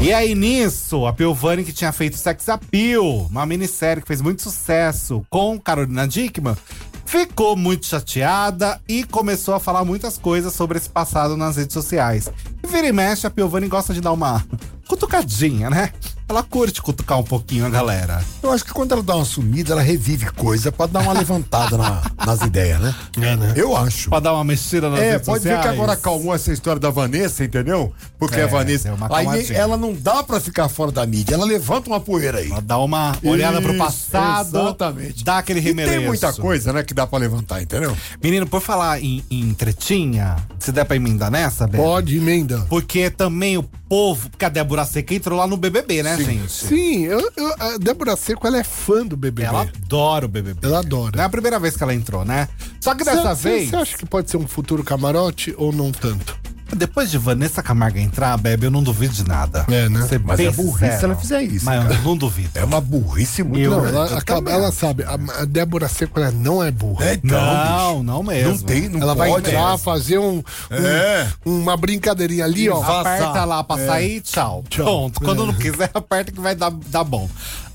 [SPEAKER 5] E aí nisso, a Piovani que tinha feito Sex Appeal, uma minissérie que fez muito sucesso com Carolina Dickman, ficou muito chateada e começou a falar muitas coisas sobre esse passado nas redes sociais. E vira e mexe, a Piovani gosta de dar uma *laughs* cutucadinha, né? Ela curte cutucar um pouquinho a galera.
[SPEAKER 11] Eu acho que quando ela dá uma sumida, ela revive coisa pra dar uma levantada na- nas ideias, né? É, né? Eu acho.
[SPEAKER 5] Pra dar uma mexida nas
[SPEAKER 11] É,
[SPEAKER 5] redes
[SPEAKER 11] pode ver que
[SPEAKER 5] sociais.
[SPEAKER 11] agora acalmou essa história da Vanessa, entendeu? Porque
[SPEAKER 5] É,
[SPEAKER 11] a Vanessa.
[SPEAKER 5] deu uma
[SPEAKER 11] aí
[SPEAKER 5] acalmadinha.
[SPEAKER 11] ela não dá pra ficar fora da mídia, ela levanta uma poeira aí. Ela
[SPEAKER 5] dá uma olhada pro passado,
[SPEAKER 11] Exatamente.
[SPEAKER 5] dá aquele
[SPEAKER 11] E tem
[SPEAKER 5] remereço.
[SPEAKER 11] muita coisa, né, que dá pra levantar, entendeu?
[SPEAKER 5] Menino, por falar em, em tretinha, se der pra emendar nessa, Bela?
[SPEAKER 3] Pode, emenda.
[SPEAKER 5] Porque também o povo, porque a Débora Seca entrou lá no BBB, *laughs* né, gente?
[SPEAKER 3] Sim, eu, eu- a Débora Seco ela é fã do BBB.
[SPEAKER 5] Ela adora o BBB.
[SPEAKER 3] Ela adora.
[SPEAKER 5] Não é a primeira vez que ela entrou, né? Só que dessa
[SPEAKER 3] Cê- cê-
[SPEAKER 5] vez-
[SPEAKER 3] Você acha que pode ser um futuro camarote ou não tanto?
[SPEAKER 5] Depois de Vanessa Camargo entrar, Bebe, eu não duvido de nada. É, né?
[SPEAKER 3] Mas é burrice se ela fizer isso,
[SPEAKER 5] Mas
[SPEAKER 3] cara.
[SPEAKER 5] eu não duvido.
[SPEAKER 11] É uma burrice
[SPEAKER 5] muito
[SPEAKER 3] não,
[SPEAKER 5] grande.
[SPEAKER 3] ela, acaba- ela sabe, a, a Débora Seco ela não é burra.
[SPEAKER 5] não, não mesmo.
[SPEAKER 3] ela vai entrar, fazer um, um-
[SPEAKER 5] É.
[SPEAKER 3] uma brincadeirinha ali, ó.
[SPEAKER 5] Aperta lá pra
[SPEAKER 3] É.
[SPEAKER 5] sair, tchau. Pronto. Quando não quiser, aperta que vai dar, dar bom.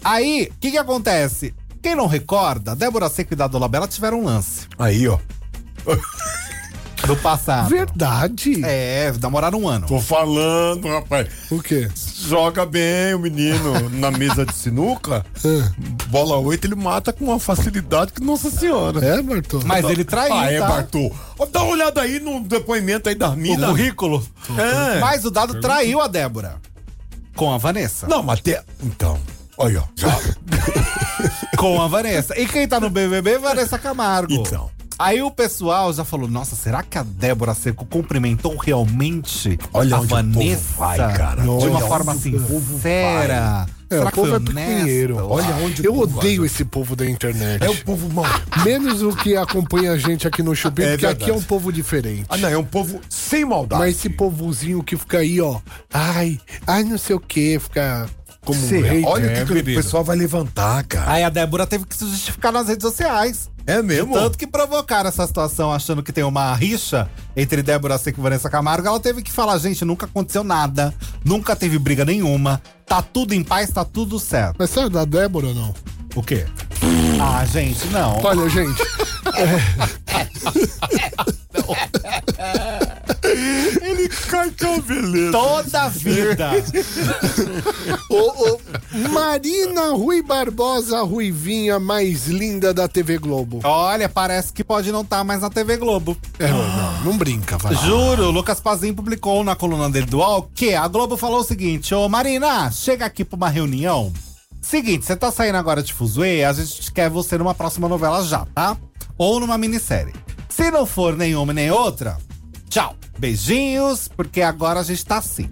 [SPEAKER 5] Aí, o que que acontece? Quem não recorda, Débora Seco e Dado Labella tiveram um lance.
[SPEAKER 11] Aí, ó.
[SPEAKER 5] Do passado.
[SPEAKER 3] Verdade.
[SPEAKER 5] É, namoraram um ano.
[SPEAKER 11] Tô falando, rapaz.
[SPEAKER 3] O quê?
[SPEAKER 11] Joga bem o menino na mesa de sinuca. bola 8, ele mata com uma facilidade que, nossa senhora.
[SPEAKER 3] É, Bartô?
[SPEAKER 5] Mas ele traiu,
[SPEAKER 11] Ah, é,
[SPEAKER 5] tá?
[SPEAKER 11] Bartô. Ó, Dá uma olhada aí no depoimento aí da mina.
[SPEAKER 5] currículo.
[SPEAKER 11] É.
[SPEAKER 5] Mas o Dado traiu a Débora. Com a Vanessa.
[SPEAKER 11] Não, mas te... Então, olha, ó. Já...
[SPEAKER 5] *laughs* Com a Vanessa. E quem tá no BBB é Vanessa Camargo.
[SPEAKER 11] Então.
[SPEAKER 5] Aí o pessoal já falou: nossa, será que a Débora Seco cumprimentou realmente
[SPEAKER 11] Olha
[SPEAKER 5] a
[SPEAKER 11] onde o povo
[SPEAKER 5] Vanessa
[SPEAKER 11] vai, cara.
[SPEAKER 5] de
[SPEAKER 11] Olha
[SPEAKER 5] uma
[SPEAKER 11] onde
[SPEAKER 5] forma
[SPEAKER 11] o
[SPEAKER 5] sincera?
[SPEAKER 3] É,
[SPEAKER 5] Será
[SPEAKER 3] o
[SPEAKER 5] que foi
[SPEAKER 3] povo é
[SPEAKER 5] honesta?
[SPEAKER 3] pequeiro. Olha onde Eu odeio esse povo da internet. É o
[SPEAKER 11] povo mal.
[SPEAKER 3] Menos o que acompanha a gente aqui no Chupim,
[SPEAKER 11] É
[SPEAKER 3] porque aqui é
[SPEAKER 11] verdade.
[SPEAKER 3] um povo diferente.
[SPEAKER 11] Ah, não, é um povo sem maldade.
[SPEAKER 3] Mas esse povozinho que fica aí, ó. Ai, ai, não sei o que, fica como um
[SPEAKER 11] Sim,
[SPEAKER 3] rei.
[SPEAKER 11] olha o que
[SPEAKER 3] É,
[SPEAKER 11] que o
[SPEAKER 3] menino.
[SPEAKER 11] pessoal vai levantar, Tá, cara.
[SPEAKER 5] Aí a Débora teve que se justificar nas redes sociais.
[SPEAKER 11] É mesmo?
[SPEAKER 5] De tanto que provocaram essa situação achando que tem uma rixa entre Débora Seco e Vanessa Camargo. Ela teve que falar, gente, nunca aconteceu nada. Nunca teve briga nenhuma. Tá tudo em paz, tá tudo certo.
[SPEAKER 3] Mas sabe da Débora ou não?
[SPEAKER 5] O quê? Ah, gente, não. *laughs*
[SPEAKER 3] Olha, gente. *laughs*
[SPEAKER 5] É.
[SPEAKER 3] *laughs*
[SPEAKER 11] Ele cai cabeleza.
[SPEAKER 5] Toda
[SPEAKER 11] É
[SPEAKER 5] vida.
[SPEAKER 3] Ô, ô, Marina Rui Barbosa, a ruivinha mais linda da TV Globo.
[SPEAKER 5] Olha, parece que pode não estar mais na TV Globo.
[SPEAKER 3] É, não, não brinca, vai.
[SPEAKER 5] Juro, o Lucas Pazin publicou na coluna dele do UOL que a Globo falou o seguinte: Ô Marina, chega aqui pra uma reunião. Seguinte, você tá saindo agora de Fuzue, a gente quer você numa próxima novela já, tá? Ou numa minissérie. Se não for nenhuma nem outra, tchau. Beijinhos, porque agora a gente tá assim.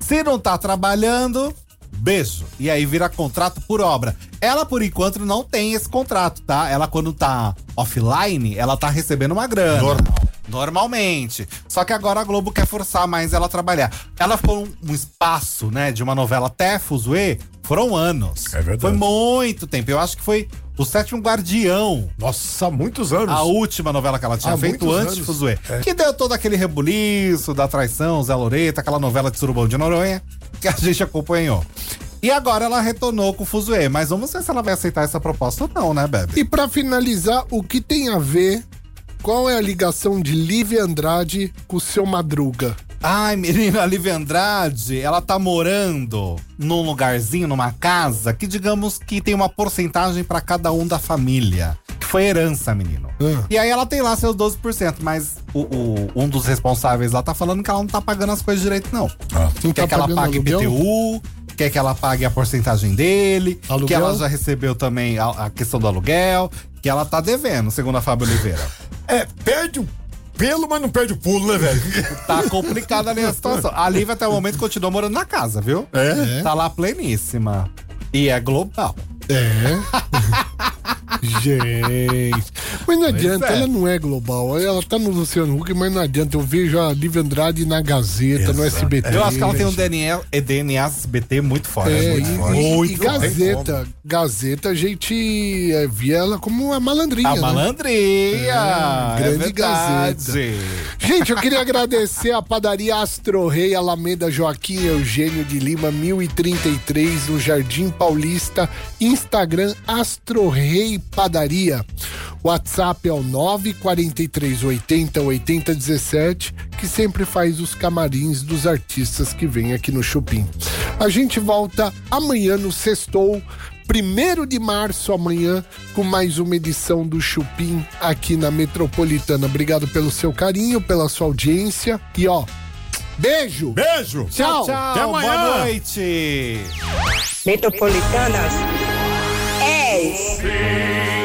[SPEAKER 5] Se não tá trabalhando, beijo. E aí vira contrato por obra. Ela, por enquanto, não tem esse contrato, tá? Ela, quando tá offline, ela tá recebendo uma grana. Normal. Normalmente. Só que agora a Globo quer forçar mais ela a trabalhar. Ela ficou um, um espaço, né, de uma novela até Fuzue, foram anos. É verdade. Foi muito tempo. Eu acho que foi o Sétimo Guardião.
[SPEAKER 11] Nossa, muitos anos.
[SPEAKER 5] A última novela que ela tinha
[SPEAKER 11] Há
[SPEAKER 5] feito
[SPEAKER 11] muitos
[SPEAKER 5] antes de
[SPEAKER 11] anos.
[SPEAKER 5] Fuzue.
[SPEAKER 11] É.
[SPEAKER 5] Que deu todo aquele rebuliço da traição, Zé Loreto, aquela novela de Surubão de Noronha, que a gente acompanhou. E agora ela retornou com o Fuzue, mas vamos ver se ela vai aceitar essa proposta ou não, né, Bebe?
[SPEAKER 3] E pra finalizar, o que tem a ver? Qual é a ligação de Lívia Andrade com o seu Madruga?
[SPEAKER 5] Ai, menina, a Lívia Andrade, ela tá morando num lugarzinho, numa casa, que digamos que tem uma porcentagem pra cada um da família. Que foi herança, menino.
[SPEAKER 3] Hum.
[SPEAKER 5] E aí ela tem lá seus 12%, mas o, o- um dos responsáveis lá tá falando que ela não tá pagando as coisas direito, não.
[SPEAKER 3] Não
[SPEAKER 5] quer
[SPEAKER 3] tá
[SPEAKER 5] que ela
[SPEAKER 3] pagando
[SPEAKER 5] pague
[SPEAKER 3] aluguel?
[SPEAKER 5] IPTU, quer que ela pague a porcentagem dele,
[SPEAKER 3] Aluguel?
[SPEAKER 5] que ela já recebeu também a, a questão do aluguel, que ela tá devendo, segundo a Fábio Oliveira.
[SPEAKER 11] É, perde o pelo, mas não perde o pulo, né, velho?
[SPEAKER 5] Tá complicada ali a situação. A Lívia até o momento continua morando na casa, viu?
[SPEAKER 11] É?
[SPEAKER 5] Tá lá pleníssima. *laughs* E é global.
[SPEAKER 3] É. Gente. Mas não adianta,
[SPEAKER 5] é.
[SPEAKER 3] ela não é global. Ela tá no Luciano Huck, mas não adianta. Eu vejo a Lívia Andrade na Gazeta, no SBT.
[SPEAKER 5] Eu acho que ela tem um DNA, e DNA SBT muito forte.
[SPEAKER 3] É,
[SPEAKER 5] muito
[SPEAKER 3] e,
[SPEAKER 5] forte.
[SPEAKER 3] e- e Gazeta. Gazeta, a gente é, via ela como a malandrinha.
[SPEAKER 5] A
[SPEAKER 3] né?
[SPEAKER 5] malandrinha.
[SPEAKER 3] É,
[SPEAKER 5] é
[SPEAKER 3] grande
[SPEAKER 5] verdade.
[SPEAKER 3] Gazeta. Gente, eu queria agradecer a padaria Astro Rei Alameda Joaquim Eugênio de Lima, 1033, no Jardim Paulista, Instagram Astro Rei Padaria. WhatsApp é o 94380 8017, que sempre faz os camarins dos artistas que vêm aqui no Chupim. A gente volta amanhã no Sextou. 1 de março amanhã com mais uma edição do Chupim aqui na Metropolitana. Obrigado pelo seu carinho, pela sua audiência e ó, beijo.
[SPEAKER 11] Beijo.
[SPEAKER 3] Tchau.
[SPEAKER 5] Tchau,
[SPEAKER 3] Até amanhã.
[SPEAKER 5] boa noite.
[SPEAKER 14] Metropolitanas. 10.